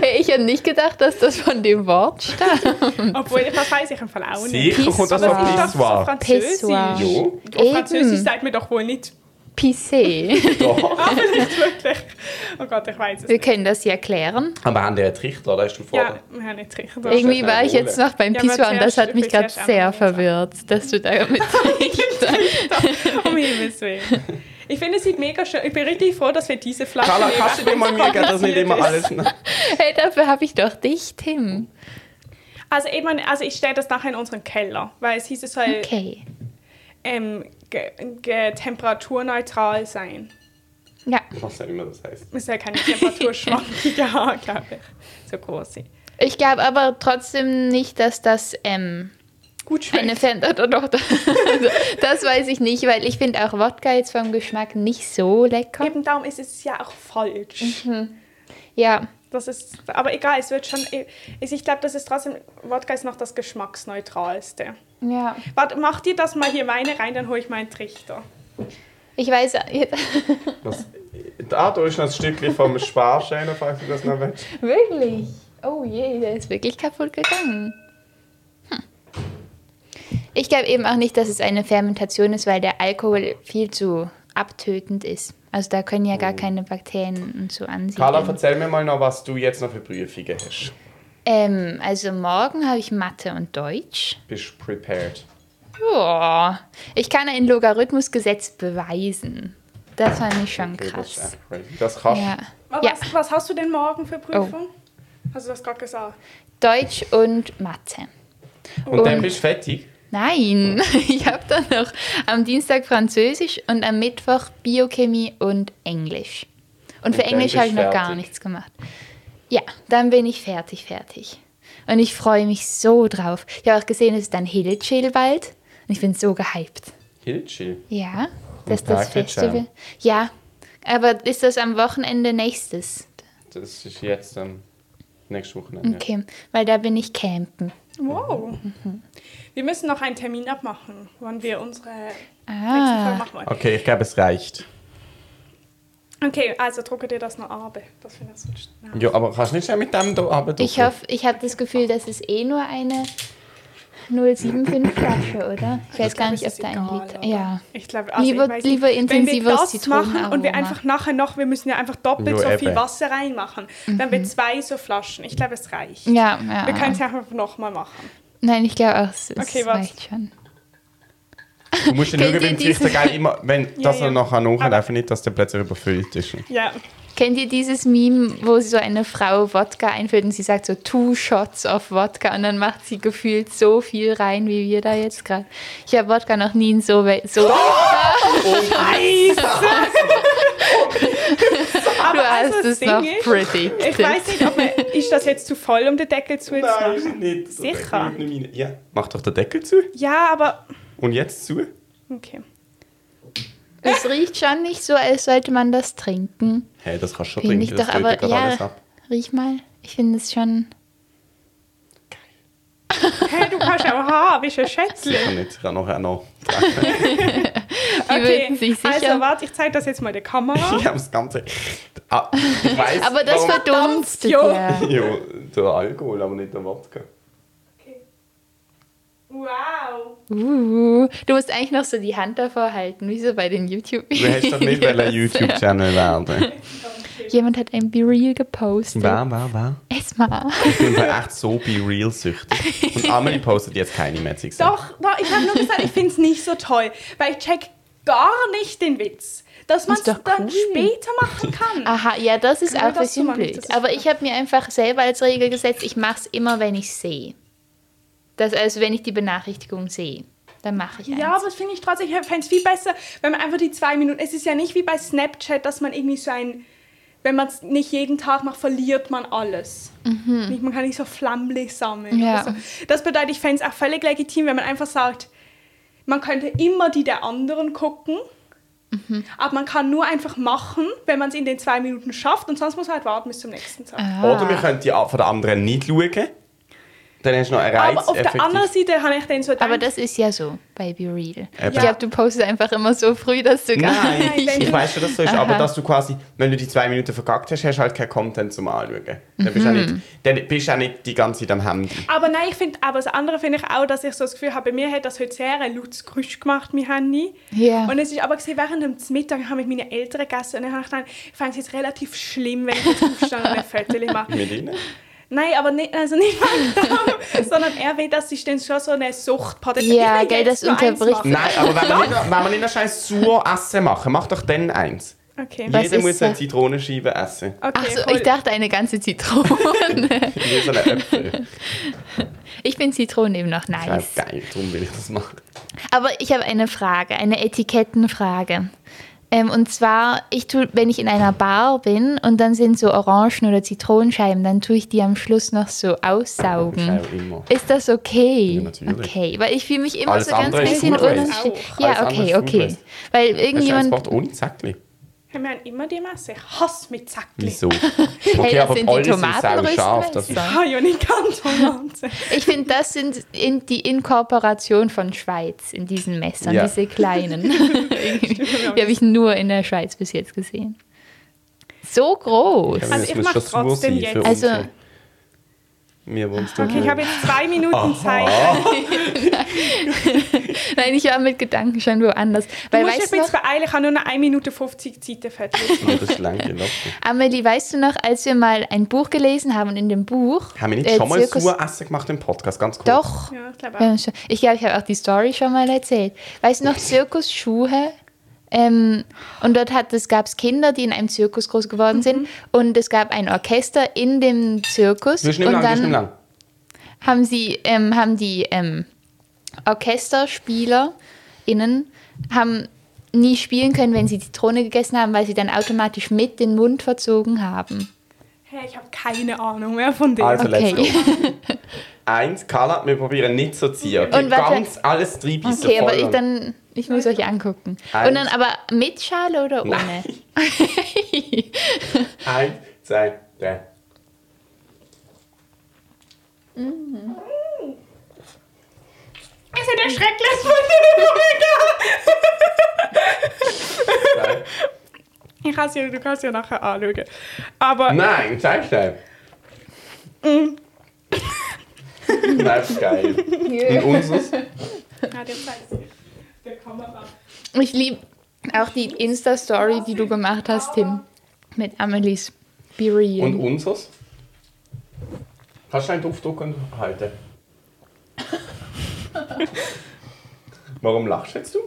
C: Hey, Ich hätte nicht gedacht, dass das von dem Wort stammt.
B: Obwohl, ich- das weiß ich im Fall auch nicht.
A: Sicher kommt das
C: Pissoir.
A: von
B: Das ist doch so
A: Pisswa.
B: französisch.
C: Pissoir.
A: Jo.
B: Auf Französisch
C: Eben.
B: sagt mir doch wohl nicht (laughs)
C: Pissé.
A: Doch.
B: Nicht wirklich. Oh Gott, ich weiß es
C: Wir
B: nicht.
C: können das ja klären.
A: Aber haben die einen Trichter, da hast du
B: Ja,
A: vorne.
B: wir haben nicht richtig. (laughs)
C: Irgendwie war ich jetzt noch beim
B: Ja,
C: Pissoir und das
B: zuerst-
C: hat mich gerade
B: zuerst
C: sehr
B: einmal
C: verwirrt, dass du da
B: (laughs)
C: mit
B: Um Himmels Willen. Ich finde, es sieht mega schön. Ich bin richtig froh, dass wir diese Flasche
A: Carla,
B: nehmen,
A: kannst du dir mal Mühe geben, dass nicht immer alles... (laughs)
C: Hey, dafür habe ich doch dich, Tim.
B: Also, eben, also ich stelle das nachher in unseren Keller, weil es hieß, es soll
C: Okay.
B: ähm, ge, ge, temperaturneutral sein.
C: Ja.
A: Ich weiß nicht mehr, was das heisst.
B: Es soll keine Temperaturschwankungen
C: (laughs)
B: haben, glaube ich. So große.
C: Ich glaube aber trotzdem nicht, dass das ähm,
B: Gut
C: eine
B: schmeckt.
C: Fan. (laughs) Doch, doch, doch. Also, das weiß ich nicht, weil ich finde auch Wodka jetzt vom Geschmack nicht so lecker.
B: Eben darum ist es ja auch
C: Mhm.
B: falsch.
C: Ja.
B: Das ist, aber egal, es wird schon. Ich, ich glaube, das ist trotzdem. Wodka ist noch das geschmacksneutralste.
C: Ja.
B: Warte, mach dir das mal hier Weine rein, dann hole ich meinen Trichter.
C: Ich weiß. Jetzt,
A: Was? Da, da ist noch ein Stückchen vom Sparschäler, falls du das noch willst.
C: Wirklich? Oh je, der ist wirklich kaputt gegangen. Hm. Ich glaube eben auch nicht, dass es eine Fermentation ist, weil der Alkohol viel zu abtötend ist. Also da können ja gar keine Bakterien und so
A: Oh. Carla,
C: ansiedeln.
A: erzähl mir mal noch, was du jetzt noch für Prüfungen hast.
C: Ähm, also morgen habe ich Mathe und Deutsch.
A: Bist du prepared?
C: Joa. Ich kann ein Logarithmusgesetz beweisen. Das fand ich schon
A: Okay, Das, ist
C: krass.
A: echt crazy. das kannst du.
C: Ja.
B: Aber
C: ja, Oh.
B: Was, was hast du denn morgen für Prüfung? Hast du das gerade gesagt?
C: Deutsch und Mathe.
A: Und, dann bist du fertig?
C: Nein, (laughs) ich habe dann noch am Dienstag Französisch und am Mittwoch Biochemie und Englisch. Und für
A: Und dann
C: Englisch
A: bist
C: habe ich noch gar
A: fertig.
C: nichts gemacht. Ja, dann bin ich fertig, fertig. Und ich freue mich so drauf. Ich habe auch gesehen, es ist dann Hillchill bald. Und ich bin so gehypt.
A: Hilschi.
C: Ja, das ist
A: Und
C: das
A: Parkett
C: Festival. Ja, aber ist das am Wochenende nächstes?
A: Das ist jetzt am nächsten Wochenende.
C: Okay, weil da bin ich campen.
B: Wow. Wir müssen noch einen Termin abmachen, wann wir unsere nächste Folge
C: Ah,
B: machen wollen.
A: Okay, ich glaube, es reicht.
B: Okay, also drucke dir das noch ab. Das finde ich so schnell.
A: Ja, aber kannst du nicht schnell mit dem hier arbeiten?
C: ich hoffe, ich habe das Gefühl, das ist eh nur eine 075 Flasche, oder? Ich weiß gar nicht, ob
B: Also ist
C: da ein
B: egal,
C: Liter.
B: oder?
C: Ja.
B: Ich glaube, also
C: Lieber-
B: ich weiß
C: lieber
B: nicht, wenn wir
C: intensiveres
B: das machen und wir
C: Zitronenaroma.
B: einfach nachher noch, wir müssen ja einfach doppelt
A: Jo,
B: so viel
A: eben.
B: Wasser reinmachen. Dann wird zwei so Flaschen. Ich glaube, es reicht.
C: Mhm. Ja, ja.
B: Wir können es ja einfach nochmal machen.
C: Nein, ich glaube auch, es, es
B: Okay, warte.
C: reicht schon.
A: Du musst ja
C: Kennt
A: schauen,
C: ihr
A: beim
C: diese-
A: Trichter gell, immer, wenn, dass
B: ja.
A: er nachher nachläuft, nicht, dass der plötzlich überfüllt ist.
B: Ja.
C: Kennt ihr dieses Meme, wo so eine Frau Wodka einfüllt und sie sagt so two shots of Wodka und dann macht sie gefühlt so viel rein, wie wir da jetzt gerade. Ich habe Wodka noch nie in so, we- so
B: Oh, Aber
C: Du hast
B: also
C: es
B: das
C: noch
B: Ding ist,
C: pretty.
B: ich weiß nicht, ob man, ist das jetzt zu voll, um den Deckel zu jetzt machen?
A: nicht.
B: Sicher?
A: Ja. Mach doch den Deckel zu.
B: Ja, aber
A: Und jetzt zu.
B: okay.
C: Es riecht schon nicht so, als sollte man das trinken.
A: Hey, das kannst du schon
C: Finde
A: trinken,
C: ich
A: das
C: doch,
A: tötet
C: aber
A: gerade alles
C: ja,
A: ab.
C: riech mal. Ich finde es schon.
B: Hey, du kannst auch Haar, wie ein Schätzchen.
A: Sicher nicht, ich kann nachher noch.
C: Die würden sich sicher.
B: also warte, ich zeige das jetzt mal der Kamera.
A: (laughs) Ich habe das Ganze... Ah, ich weiss,
C: aber das
A: warum-
C: verdunstet
B: Jo.
C: ja.
A: Ja, der Alkohol, aber nicht der Wodka.
B: Wow.
C: Uh, du musst eigentlich noch so die Hand davor halten, wie so bei den youtube
A: Du hättest doch
C: (laughs)
A: nicht wollen YouTube-Channel werden.
C: Jemand hat ein Be Real gepostet.
A: Wer, wer, wer?
C: Esma.
A: Ich bin mir echt so bei Real süchtig. Und Amelie postet jetzt keine mehr. sie gesagt.
B: Doch, doch ich habe nur gesagt, ich finde es nicht so toll, weil ich check gar nicht den Witz, dass man es
C: Ist doch
B: dann
C: cool. Ah,
B: später machen kann.
C: Aha, ja, das ist
B: Können wir
C: auch ein
B: das so
C: bisschen
B: machen? Das
C: blöd.
B: ist
C: Aber
B: klar.
C: ich habe mir einfach selber als Regel gesetzt, ich mache es immer, wenn ich sehe. Das, also wenn ich die Benachrichtigung sehe, dann mache ich eins.
B: Ja, aber das finde ich trotzdem, ich fände es viel besser, wenn man einfach die zwei Minuten, es ist ja nicht wie bei Snapchat, dass man irgendwie so ein, wenn man es nicht jeden Tag macht, verliert man alles. Nicht, man kann nicht so flammlich sammeln.
C: Mhm. Ja.
B: Also, das bedeutet, ich fände es auch völlig legitim, wenn man einfach sagt, man könnte immer die der anderen gucken,
C: Mhm.
B: aber man kann nur einfach machen, wenn man es in den zwei Minuten
C: Äh.
B: schafft und sonst muss man halt warten bis zum nächsten Tag.
A: Oder wir können die von der anderen nicht schauen. Dann hast du noch einen Reiz.
B: Aber auf der anderen Seite habe ich dann so gedacht,
C: Aber das ist ja so bei Be Real.
A: Eben.
C: Ich glaube, du postest einfach immer so früh, dass du gar (laughs)
A: Nein,
B: Nein, wenn
A: ich
B: du-
A: weiß schon, dass so ist.
C: Aha.
A: Aber dass du quasi, wenn du die zwei Minuten verkackt hast, hast du halt keinen Content zum Anschauen. Dann bist du auch nicht, dann bist du auch nicht die ganze Zeit am Handy.
B: Aber nein, ich finde, aber das andere finde ich auch, dass ich so das Gefühl habe, bei mir hat das heute sehr ein lautes Geräusch gemacht, mein Handy.
C: Ja.
B: Und es ist aber gesehen, während dem Mittag habe ich meine Eltern gegessen und dann habe ich gedacht, ich fände es jetzt relativ schlimm, wenn ich
C: (laughs)
B: jetzt aufstehe und ein Foto mache.
A: Mit ihnen.
B: Nein, aber nicht, also nicht (laughs) wegen dem, sondern er will, dass ich dann schon so eine Sucht
C: Ja, gell, das unterbricht-
A: Nein, aber wenn wir nicht, noch- wenn wir nicht noch scheiß sur Essen machen, mach doch dann eins.
B: Okay.
C: Was
A: Jeder
C: ist
A: muss eine
C: da?
A: Zitronenscheibe essen.
B: okay
C: Ach so,
B: cool.
C: ich dachte eine ganze Zitrone.
A: Wie so einen Äpfel.
C: ich finde Zitronen eben noch
A: Ja,
C: nice.
A: geil, darum will ich das machen.
C: Aber ich habe eine Frage, eine Etikettenfrage. Ähm, und zwar, ich tu, wenn ich in einer Bar bin und dann sind so Orangen oder Zitronenscheiben, dann tue ich die am Schluss noch so aussaugen.
A: Ich auch immer.
C: Ist das okay?
A: Ja, natürlich.
C: okay, weil ich fühle mich immer
A: Alles
C: so ganz
A: andere ist
C: bisschen
A: Food Waste.
C: unanständig.
B: Auch.
A: Alles
C: Ja,
A: andere
C: okay,
A: ist Food
C: okay.
A: Waste. Das
C: Weil
A: ist ein
C: irgendjemand
A: Wort ohne Säckli.
B: Haben wir haben immer die Masse. Ich hasse mit Zackli.
A: Wieso?
C: Hey,
A: Okay,
C: das
A: aber
C: sind die
A: alles ist sau
C: Tomatenrösten,
A: scharf. Das ist Also
C: weißt
B: Ah, ja, nicht ganz Tomaten.
C: Ich finde, das sind in die Inkorporation von Schweiz in diesen Messern,
A: Ja. (laughs)
C: diese kleinen. (laughs) die habe ich nur in der Schweiz bis jetzt gesehen. So groß.
A: Ja, aber
B: Also
A: das
B: ich
A: muss
B: mach
A: schon sauer
B: trotzdem
A: sein
B: jetzt.
A: für uns.
C: Also-
A: Mir wohnst du
B: Okay, ich habe jetzt zwei Minuten Zeit.
C: Nein, ich war mit Gedanken schon woanders.
B: Du
C: Weil
B: musst
C: weißt
B: dich
C: du noch,
B: jetzt beeilen, ich habe nur noch 1 Minute 50 Zeit dafür.
A: Ja, das ist lang gelaufen.
C: Amelie, weißt du noch, als wir mal ein Buch gelesen haben und in dem Buch.
A: Haben wir nicht
C: äh,
A: schon mal
C: Zirkus-
A: Zirkus... Essen gemacht im Podcast? Ganz kurz.
C: Doch.
B: Ja, ich glaube
C: Wir
B: auch.
C: haben schon- Ich glaube, ich habe auch die Story schon mal erzählt. Weißt du noch, Zirkusschuhe? Ähm, und dort hat es gab's Kinder, die in einem Zirkus groß geworden
A: Mhm.
C: sind. Und es gab ein Orchester in dem Zirkus.
A: Wir schnimm
C: und
A: lang, wir schnimm
C: dann
A: lang.
C: haben sie ähm, haben die ähm, OrchesterspielerInnen haben nie spielen können, wenn sie Zitrone gegessen haben, weil sie dann automatisch mit den Mund verzogen haben.
B: Hey, ich habe keine Ahnung mehr von dem.
A: Also,
C: Okay.
A: let's go.
C: (laughs)
A: Eins, Carla, wir probieren nicht zu ziehen.
C: Und warte.
A: Ganz alles drei Bissen
C: Okay, aber
A: voll
C: ich
A: und-
C: dann, ich muss euch angucken.
A: Eins.
C: Und dann aber mit Schale oder ohne?
A: Nein.
C: (laughs)
A: Eins, zwei, drei.
B: Ist ja der schrecklichste von den
C: (laughs)
A: Zwei.
B: Ich kann's ja, du kannst ja nachher anschauen. Aber
A: Nein, zeig schnell.
C: Mm.
A: (laughs) Nein, das ist geil.
C: (laughs)
A: Und unseres?
B: Ah, der zeigt der Kamera.
C: Ich liebe auch die Insta-Story, die du gemacht hast, Tim. Mit Amelies Be Real.
A: Und unseres? Kannst du einen Duftdruck
C: (laughs)
A: halten? Warum lachst jetzt du?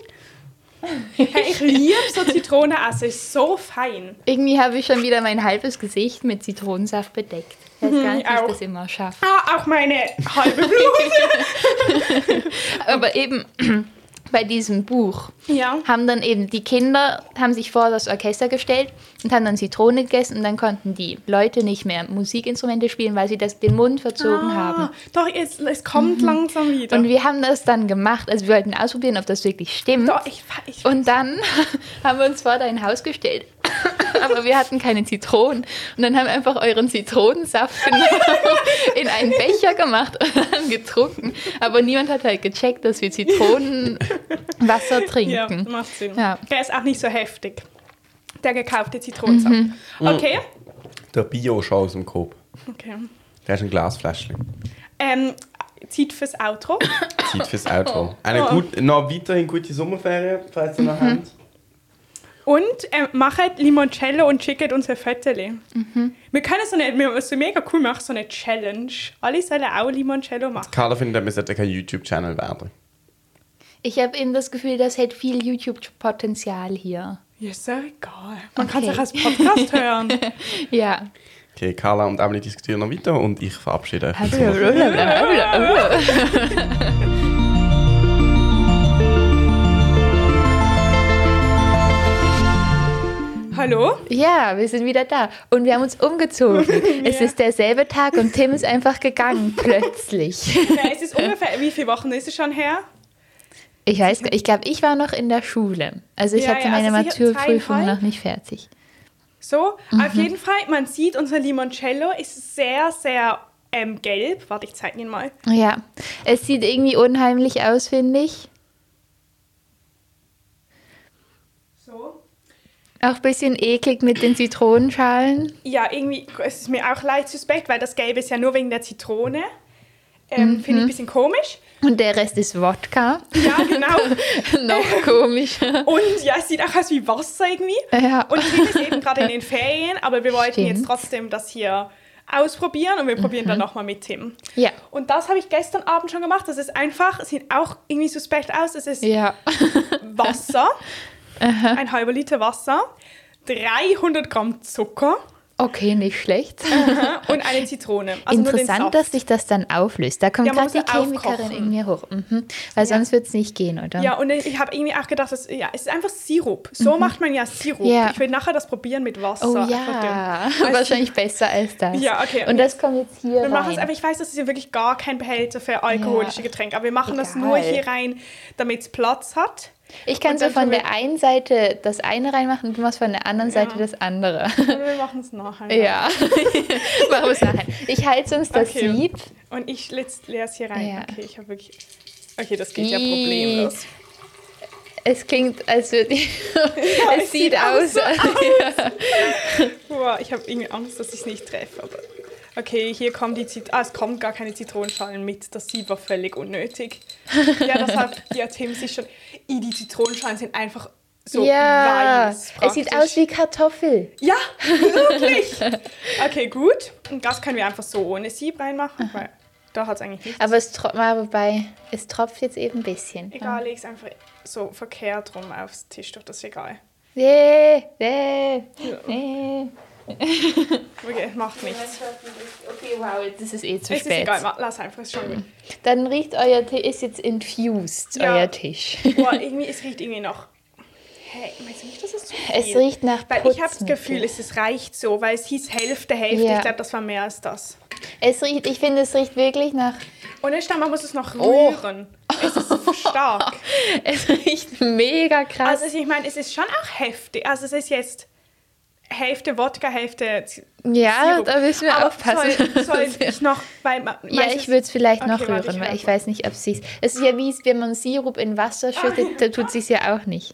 B: Hey, ich liebe so Zitronenessen, ist so fein.
C: Irgendwie habe ich schon wieder mein halbes Gesicht mit Zitronensaft bedeckt. Ich weiß gar nicht, wie ich
B: Mhm, auch.
C: das immer schaffe.
B: Ah, auch meine halbe
C: (laughs)
B: Bluse.
C: Aber eben (clears throat) bei diesem Buch
B: ja.
C: haben dann eben die Kinder, haben sich vor das Orchester gestellt und haben dann Zitrone gegessen und dann konnten die Leute nicht mehr Musikinstrumente spielen, weil sie das den Mund verzogen haben.
B: Ah, doch, es, es kommt langsam wieder.
C: Mhm. Und wir haben das dann gemacht. Also wir wollten ausprobieren, ob das wirklich stimmt.
B: doch, ich, ich,
C: Und dann (laughs) haben wir uns vor dein Haus gestellt. (coughs) Aber wir hatten keine Zitronen. Und dann haben wir einfach euren Zitronensaft (laughs) genommen, in einen Becher gemacht und dann getrunken. Aber niemand hat halt gecheckt, dass wir Zitronenwasser
B: ja,
C: trinken.
B: macht Sinn.
C: Ja.
B: Der ist auch nicht so heftig. Der gekaufte Zitronensaft.
C: Mhm.
B: Okay.
A: Der Bio-Schau aus dem Kopf.
B: Okay.
A: Der ist ein Glasfläschchen.
B: Ähm, Zeit fürs Outro.
A: Zeit fürs Outro. Eine gut, noch weiterhin gute Sommerferien, falls ihr noch habt.
B: Und ähm, macht Limoncello und schickt uns ein Fötterli. Wir können so eine, wir müssen mega cool machen, so eine Challenge. Alle sollen auch Limoncello machen.
A: Carla findet, wir sollten kein YouTube-Channel werden.
C: Ich habe eben das Gefühl, das hätte viel YouTube-Potenzial hier.
B: Ja, ist ja egal. Man kann
C: Okay.
B: sich als Podcast hören.
C: Ja.
A: Okay, Carla und Emily diskutieren noch weiter und ich verabschiede. euch.
B: (laughs)
C: Also,
B: Hallo?
C: Ja, wir sind wieder da. Und wir haben uns umgezogen. Es ist derselbe Tag und Tim ist einfach gegangen, plötzlich.
B: Ja, es ist ungefähr, wie viele Wochen ist es schon her?
C: Ich weiß, gar- ich glaube, ich war noch in der Schule. Also ich
B: Ja,
C: hatte
B: ja,
C: meine
B: also sicher
C: Maturprüfung
B: zweieinhalb.
C: noch nicht fertig.
B: Mhm. So, auf jeden Fall, man sieht, unser Limoncello ist sehr, sehr ähm, gelb. Warte, ich zeige Ihnen mal.
C: Ja, es sieht irgendwie unheimlich aus, finde ich.
B: So.
C: Auch ein bisschen eklig mit den Zitronenschalen.
B: Ja, irgendwie es ist mir auch leicht suspekt, weil das Gelbe ist ja nur wegen der Zitrone. Ähm, Finde ich ein bisschen komisch.
C: Und der Rest ist
B: (laughs)
C: Wodka.
B: Ja, genau.
C: (laughs) Noch komischer.
B: Und ja, es sieht auch aus wie Wasser irgendwie.
C: Ja.
B: Und wir sind jetzt eben gerade
C: (laughs)
B: in den Ferien, aber wir wollten
C: Stimmt. Mhm.
B: jetzt trotzdem das hier ausprobieren und wir probieren dann nochmal mit Tim.
C: Ja.
B: Und das habe ich gestern Abend schon gemacht. Das ist einfach, es sieht auch irgendwie suspekt aus. Es ist
C: Ja. (laughs)
B: Wasser, ein halber Liter Wasser, 300 Gramm Zucker
C: Okay, nicht schlecht.
B: und eine Zitrone. Also nur den Saft.
C: Interessant, dass sich das dann auflöst. Da kommt
B: Ja, man
C: gerade die
B: muss ja
C: Chemikerin
B: aufkochen.
C: in mir hoch. Mhm. Weil sonst wird es nicht gehen, oder?
B: Ja, und ich habe irgendwie auch gedacht, dass, ja, es ist einfach Sirup. So macht man ja Sirup.
C: Mhm. Ja.
B: Ich will nachher das probieren mit Wasser.
C: Oh ja,
B: verdünnt. Weißt
C: (laughs)
B: du,
C: wahrscheinlich besser als das.
B: Ja, okay.
C: Und das kommt jetzt hier
B: Wir machen es
C: rein.
B: einfach, ich weiß, das ist ja wirklich gar kein Behälter für alkoholische
C: Ja.
B: Getränke, aber wir machen das
C: Egal.
B: nur hier rein, damit es Platz hat.
C: Ich kann
B: und
C: so
B: dann
C: von
B: tun wir-
C: der einen Seite das eine reinmachen, du machst von der anderen Seite das andere. (laughs)
B: Aber wir machen es nachher.
C: Ja, (laughs) machen wir es nachher. Ich halte sonst das
B: Okay.
C: Sieb.
B: Und ich leere es hier rein.
C: Ja.
B: Okay, ich habe wirklich. Okay, das geht ja problemlos.
C: Es klingt, als
B: (laughs)
C: würde ich. (laughs) es
B: es
C: sieht
B: sieht auch
C: aus.
B: so
C: als-
B: Boah, ich habe irgendwie Angst, dass ich es nicht treffe. Aber okay, hier kommen die Zit Ah, es kommen gar keine Zitronenschalen mit. Das Sieb war völlig unnötig. Ja, das hat ja Tim sich schon. I, die Zitronenschalen sind einfach (laughs) so
C: ja,
B: weiß.
C: es sieht
B: praktisch.
C: aus wie Kartoffel.
B: Ja, wirklich. Okay, gut. Und das können wir einfach so ohne Sieb reinmachen, weil da hat es eigentlich nicht.
C: Aber es tropft mal, wobei, es tropft jetzt eben ein bisschen.
B: Egal, leg's einfach so verkehrt rum aufs Tischtuch, das ist egal.
C: Nee, nee, nee.
B: Okay, macht nichts.
C: Okay, wow, das ist eh zu
B: Es ist
C: spät.
B: egal, ma- lass einfach, ist
C: (laughs)
B: schon gut.
C: Dann riecht euer Tisch, ist jetzt infused,
B: Ja.
C: euer Tisch.
B: Boah, irgendwie, es riecht irgendwie noch. Hä, meinst du nicht, dass es zu viel?
C: Es riecht nach
B: Weil ich habe das
C: Putzmittel.
B: Gefühl, es ist reicht so, weil es hieß Hälfte, Hälfte.
C: Ja.
B: Ich glaube, das war mehr als das.
C: Es riecht, ich finde, es riecht wirklich nach,
B: Und jetzt man muss es noch
C: Oh.
B: rühren. Es ist stark.
C: es riecht mega krass.
B: Also ich meine, es ist schon auch heftig. Also es ist jetzt Hälfte Wodka, Hälfte Z-
C: ja,
B: Sirup.
C: da müssen wir
B: Aber
C: aufpassen.
B: Soll,
C: (laughs)
B: soll ich noch, weil ma-
C: ja,
B: meinst du,
C: ich würde es vielleicht noch
B: Okay, warte,
C: rühren,
B: ich
C: weil
B: hör Ah,
C: ich weiß nicht, ob sie es. Es ist ja wie, wenn man Sirup in Wasser schüttet, da tut sie es ja auch nicht.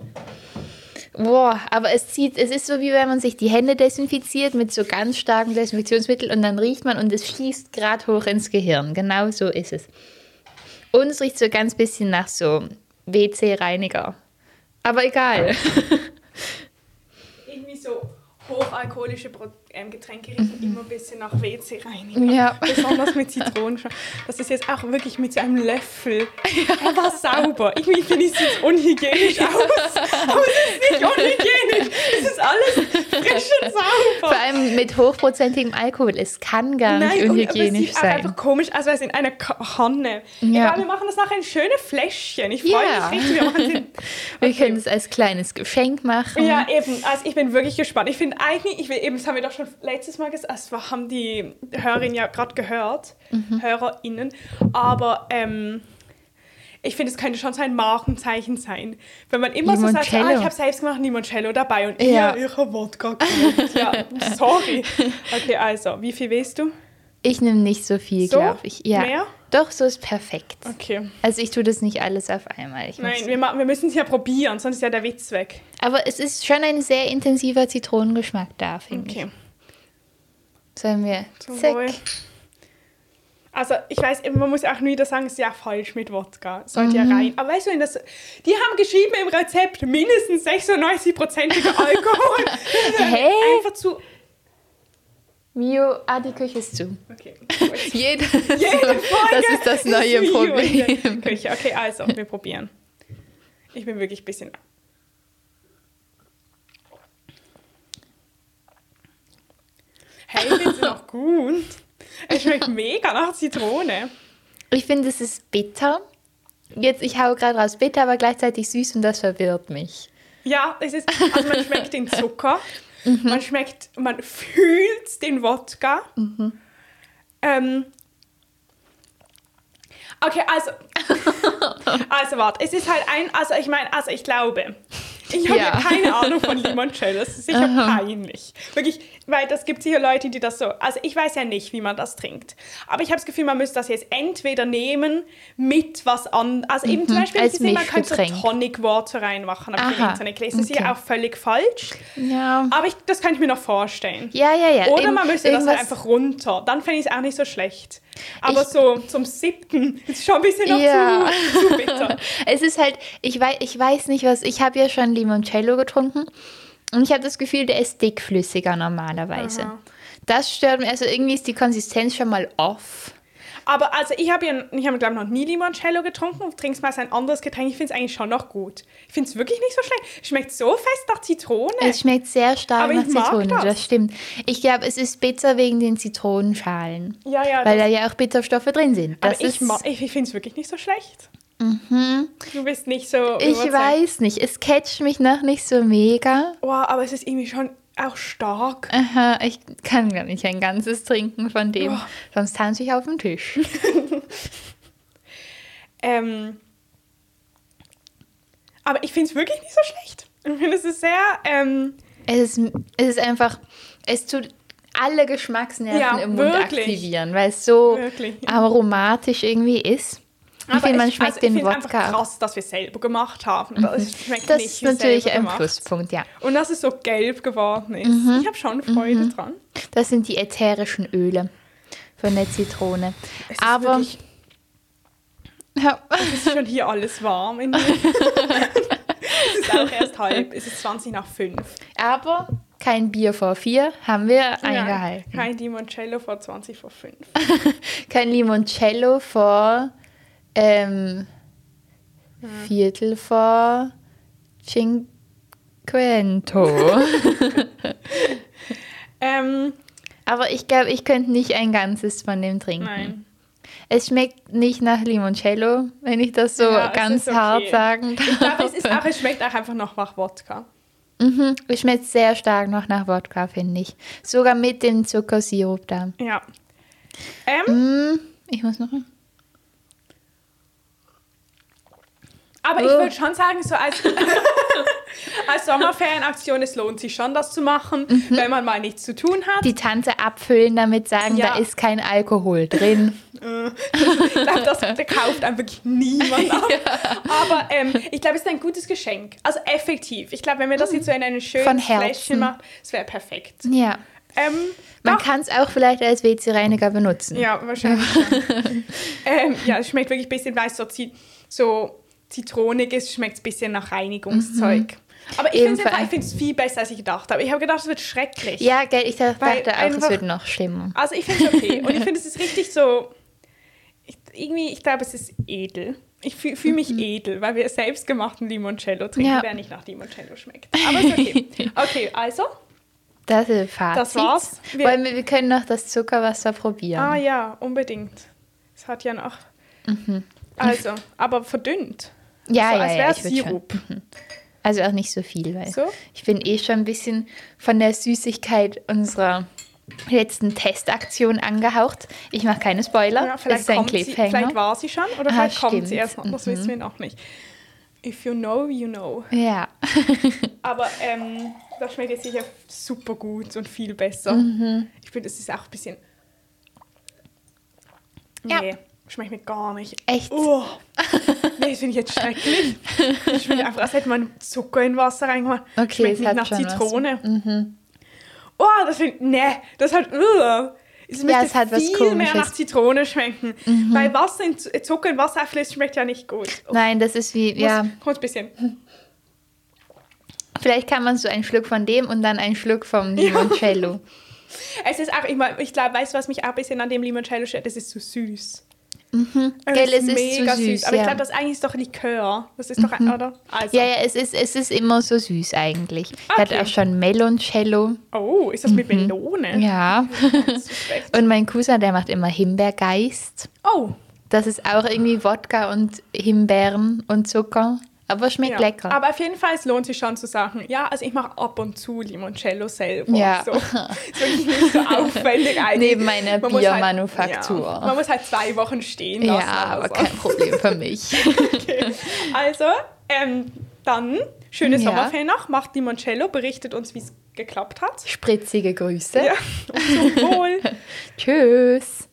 C: Boah, aber es zieht, es ist so wie wenn man sich die Hände desinfiziert mit so ganz starkem Desinfektionsmittel und dann riecht man und es schießt gerade hoch ins Gehirn. Genau so ist es. Und es riecht so ganz bisschen nach so WC-Reiniger. Aber
B: (laughs)
C: egal.
B: irgendwie so hochalkoholische Pro ähm, Getränke riechen immer ein bisschen nach WC reiniger.
C: Mhm. Ja.
B: Besonders mit Zitronenschale. Das ist jetzt auch wirklich mit so einem
C: (laughs)
B: Löffel. Er war sauber. Irgendwie finde ich es jetzt
C: (laughs)
B: unhygienisch aus. Aber es ist nicht unhygienisch. Es ist alles frisch und sauber.
C: Vor allem mit hochprozentigem Alkohol. Es kann gar nicht
B: Nein, und
C: Ähm, unhygienisch
B: es sieht auch
C: sein.
B: einfach komisch aus, weil es in einer Kanne.
C: Ja.
B: Egal, wir machen das nachher in schöne Fläschchen. Ich freue
C: Ja.
B: mich richtig. Wir machen
C: (laughs)
B: den,
C: Wir
B: Okay.
C: können es als kleines Geschenk machen.
B: Ja, eben. Also ich bin wirklich gespannt. Ich finde eigentlich, ich will eben, das haben wir doch schon letztes Mal gesagt, also, das war- haben die Hörerinnen ja gerade gehört,
C: Mhm.
B: HörerInnen. Aber ähm, ich finde, es könnte schon so ein Markenzeichen sein. Wenn man immer so sagt,
C: Limoncello.
B: ah, ich habe selbst gemacht, Limoncello dabei und
C: Ja.
B: ja. ihr, ich habe Wodka gemacht. ja, sorry.
C: (laughs)
B: Okay, also, wie viel willst du?
C: Ich nehme nicht so viel,
B: So?
C: glaube ich. Ja.
B: Mehr?
C: Doch, so ist perfekt.
B: Okay.
C: Also ich tue das nicht alles auf einmal. Ich
B: Nein,
C: muss-
B: wir, ma- wir müssen es ja probieren, sonst ist ja der Witz weg.
C: Aber es ist schon ein sehr intensiver Zitronengeschmack da, finde
B: Okay.
C: ich. Sollen wir
B: Zum Wohl.
C: zack.
B: Also ich weiß, eben, man muss auch nie wieder sagen, es ist ja falsch mit Wodka. Sollte ja rein. Aber weißt du, in das, die haben geschrieben im Rezept mindestens 96-prozentiger Alkohol.
C: Hä?
B: Einfach zu...
C: Mio, ah, die Küche ist zu.
B: Okay.
C: (laughs)
B: Jede
C: Jede,
B: Folge
C: das ist das neue
B: ist Video in der
C: Problem.
B: Küche. Okay, also, wir probieren. Ich bin wirklich ein bisschen... Hey,
C: (laughs)
B: das ist noch gut. Es schmeckt mega nach Zitrone.
C: Ich finde, es ist bitter. Jetzt, ich hau gerade raus bitter, aber gleichzeitig süß und das verwirrt mich.
B: Ja, es ist, also man schmeckt
C: (laughs)
B: den Zucker,
C: Mhm.
B: man schmeckt, man fühlt den Wodka.
C: Mhm.
B: Ähm,
C: (laughs)
B: okay, also, also warte, es ist halt ein, also ich meine, also ich glaube, Ich habe
C: Ja.
B: ja. (laughs) keine Ahnung von Limoncello. Das ist sicher peinlich. Wirklich, weil das gibt sicher Leute, die das so. Also ich weiß ja nicht, wie man das trinkt. Aber ich habe das Gefühl, man müsste das jetzt entweder nehmen mit was anderem. Also eben zum Beispiel, hab
C: Mhm, als
B: ich gesehen, man könnte so
C: Milchgetränk.
B: Tonic Water reinmachen. Hab ich im
C: Aha,
B: Internet gelesen. Das ist
C: okay.
B: ja auch völlig falsch.
C: Ja.
B: Aber ich, das kann ich mir noch vorstellen.
C: Ja, ja, ja.
B: Oder
C: eben
B: man müsste das halt
C: irgendwas-
B: einfach runter. Dann fände ich es auch nicht so schlecht. Aber
C: Ich-
B: so zum siebten (laughs) ist schon ein bisschen noch
C: Ja.
B: zu, zu bitter.
C: Es ist halt, ich weiß, ich weiß nicht, was. Ich habe ja schon Limoncello getrunken und ich habe das Gefühl, der ist dickflüssiger normalerweise. Das stört mich. Also irgendwie ist die Konsistenz schon mal off.
B: Aber also ich habe ja, ich habe glaube noch nie Limoncello getrunken und trinkst mal so ein anderes Getränk. Ich finde es eigentlich schon noch gut. Ich finde es wirklich nicht so schlecht. Schmeckt so fest nach Zitrone.
C: Es schmeckt sehr stark
B: Aber
C: nach
B: ich mag
C: Zitrone, das.
B: das.
C: stimmt. Ich glaube, es ist bitter wegen den Zitronenschalen.
B: Ja, ja,
C: Weil
B: das-
C: da ja auch Bitterstoffe drin sind. Das
B: aber ich,
C: ist, Mhm.
B: ma- ich, ich finde es wirklich nicht so schlecht. Du bist nicht so.
C: ich
B: überzeugt.
C: weiß nicht. Es catcht mich noch nicht so mega.
B: Wow, aber es ist irgendwie schon auch stark.
C: Aha, ich kann gar nicht ein ganzes trinken von
B: Oh.
C: dem. Sonst tanze ich auf dem Tisch.
B: Ähm, aber ich finde es wirklich nicht so schlecht. Ich finde es ist sehr. Ähm,
C: Es ist, es ist einfach, es tut alle Geschmacksnerven
B: Ja,
C: im Mund
B: wirklich.
C: aktivieren, weil es so
B: Wirklich.
C: aromatisch irgendwie ist. Ich
B: aber
C: finde, man
B: ich-
C: schmeckt
B: also ich
C: den
B: finde
C: Wodka. Mhm.
B: einfach krass, dass wir selber gemacht haben. Das schmeckt
C: das
B: nicht
C: ist
B: wie
C: natürlich
B: selber
C: ein Mhm.
B: gemacht.
C: Pluspunkt, ja.
B: Und dass es so gelb geworden ist. Ich habe schon Freude dran.
C: Das sind die ätherischen Öle von der Zitrone.
B: Es ist
C: Aber
B: wirklich-
C: ja,
B: Es ist schon hier alles warm
C: (laughs)
B: in mir. es ist auch erst halb. Es ist 20 nach 5.
C: (laughs) aber kein Bier vor vier haben wir eingehalten.
B: Kein Limoncello vor 20 vor 5.
C: (laughs) Kein Limoncello vor ähm,
B: Hm.
C: Viertel vor
B: (laughs)
C: Cinquento.
B: Ähm,
C: Aber ich glaube, ich könnte nicht ein ganzes von dem trinken.
B: nein.
C: Es schmeckt nicht nach Limoncello, wenn ich das so
B: Ja, es
C: ganz
B: ist okay.
C: hart sagen darf.
B: Ich glaube, es, ist auch- es schmeckt auch einfach noch nach Wodka.
C: Mhm, (laughs) es schmeckt sehr stark noch nach Wodka, finde ich. Sogar mit dem Zuckersirup da.
B: Ja. Ähm,
C: Hm, ich muss noch.
B: aber ich
C: Oh.
B: würde schon sagen, so als,
C: (laughs)
B: als Sommerferienaktion, es lohnt sich schon, das zu machen,
C: Mhm.
B: wenn man mal nichts zu tun hat.
C: Die Tante abfüllen, damit sagen,
B: Ja.
C: da ist kein Alkohol drin.
B: Ich glaube,
C: (laughs)
B: das kauft einem wirklich niemand ab. Aber ähm, ich glaube, es ist ein gutes Geschenk. Also effektiv. Ich glaube, wenn wir das jetzt so in eine
C: Von
B: schöne
C: Herzen.
B: Fläschchen machen, es wäre perfekt.
C: Ja.
B: Ähm,
C: Man
B: doch.
C: kann es auch vielleicht als WC-Reiniger benutzen.
B: Ja, wahrscheinlich schon.
C: (laughs)
B: ähm, ja, es schmeckt wirklich ein bisschen, weil es so, zi so zitronig ist, schmeckt es ein bisschen nach Reinigungszeug. Aber ich
C: Eben vor allem-
B: finde es viel besser, als ich gedacht habe. Ich habe gedacht, es wird schrecklich.
C: Ja, gell, ich dachte
B: Weil
C: auch, es
B: einfach-
C: wird noch schlimmer.
B: Also ich finde es
C: (laughs)
B: okay. Und ich finde, es ist richtig so. Ich, irgendwie, ich glaube, es ist edel. Ich fühle fühl mich edel, weil wir selbstgemachten Limoncello trinken,
C: Mhm. Ja.
B: der nicht nach Limoncello schmeckt. Aber ist
C: (laughs)
B: okay. Okay, also.
C: Das ist Fazit.
B: Das war's. Wir-
C: Wollen wir, wir können noch das Zuckerwasser probieren.
B: Ah ja, unbedingt. Es hat ja noch. Also, aber verdünnt.
C: Mhm. Ja,
B: so,
C: ja,
B: als
C: ja,
B: wäre
C: ich würd schon.
B: Sirup.
C: Also auch nicht so viel, weil
B: So?
C: ich bin eh schon ein bisschen von der Süßigkeit unserer letzten Testaktion angehaucht. Ich mache keine Spoiler.
B: Ja,
C: es
B: vielleicht,
C: ist ein
B: kommt sie, vielleicht
C: Cliffhanger.
B: war sie schon oder
C: Ah,
B: vielleicht kommt sie
C: stimmt. Mhm.
B: erst noch, das wissen wir noch nicht. If you know, you know.
C: Ja,
B: Aber ähm, das schmeckt jetzt sicher super gut und viel besser.
C: Mhm.
B: Ich finde, es ist auch ein bisschen.
C: Ja.
B: Nee, schmeckt mir gar nicht.
C: echt.
B: Oh, nee, das finde ich jetzt schrecklich. Ich finde einfach, als hätte man Zucker in Wasser reingemacht.
C: Okay, es
B: schmeckt nicht
C: hat
B: nach
C: schon was. Mhm.
B: Zitrone. Oh, das finde ich. Nee, das hat. Ugh. Es müsste
C: es hat was
B: viel
C: Komisches. Mhm.
B: mehr nach Zitrone schmecken. Weil Wasser in Z- Zucker in Wasser auflöst, schmeckt ja nicht gut. Oh,
C: Nein, das ist wie,
B: muss-
C: ja,
B: Kommt ein bisschen.
C: vielleicht kann man so einen Schluck von dem und dann einen Schluck
B: (laughs)
C: vom Limoncello.
B: Es ist auch immer, ich glaube, weißt du, was mich auch ein bisschen an dem Limoncello stört? Es ist zu süß. Mhm.
C: Gell, es ist zu süß,
B: Aber
C: ja. Mhm.
B: ich glaube, das eigentlich ist doch Likör. Das ist doch, ein, oder? Also.
C: Ja, ja, es ist, es ist immer so süß eigentlich. Ich
B: Okay.
C: hatte auch schon Meloncello.
B: Oh, ist das mit Melone?
C: Mhm. Ja.
B: (laughs) Das ist schlecht.
C: Und mein Cousin, der macht immer Himbeergeist.
B: Oh,
C: Das ist auch irgendwie Wodka und Himbeeren und Zucker. Aber schmeckt
B: ja.
C: lecker.
B: Aber auf jeden Fall, es lohnt sich schon zu sagen, ja, also ich mache ab und zu Limoncello selber.
C: Ja.
B: So. Ist wirklich nicht
C: (laughs)
B: so auffällig eigentlich.
C: Neben meiner
B: Man muss
C: Biermanufaktur.
B: Halt, ja, man muss halt zwei Wochen stehen lassen.
C: ja, aber
B: oder so. (laughs)
C: kein Problem für mich.
B: Also, ähm, dann Schöne
C: Ja.
B: Sommerferien noch. Macht die Moncello, berichtet uns, wie es geklappt hat.
C: Spritzige Grüße.
B: Ja, und zum Wohl.
C: Tschüss.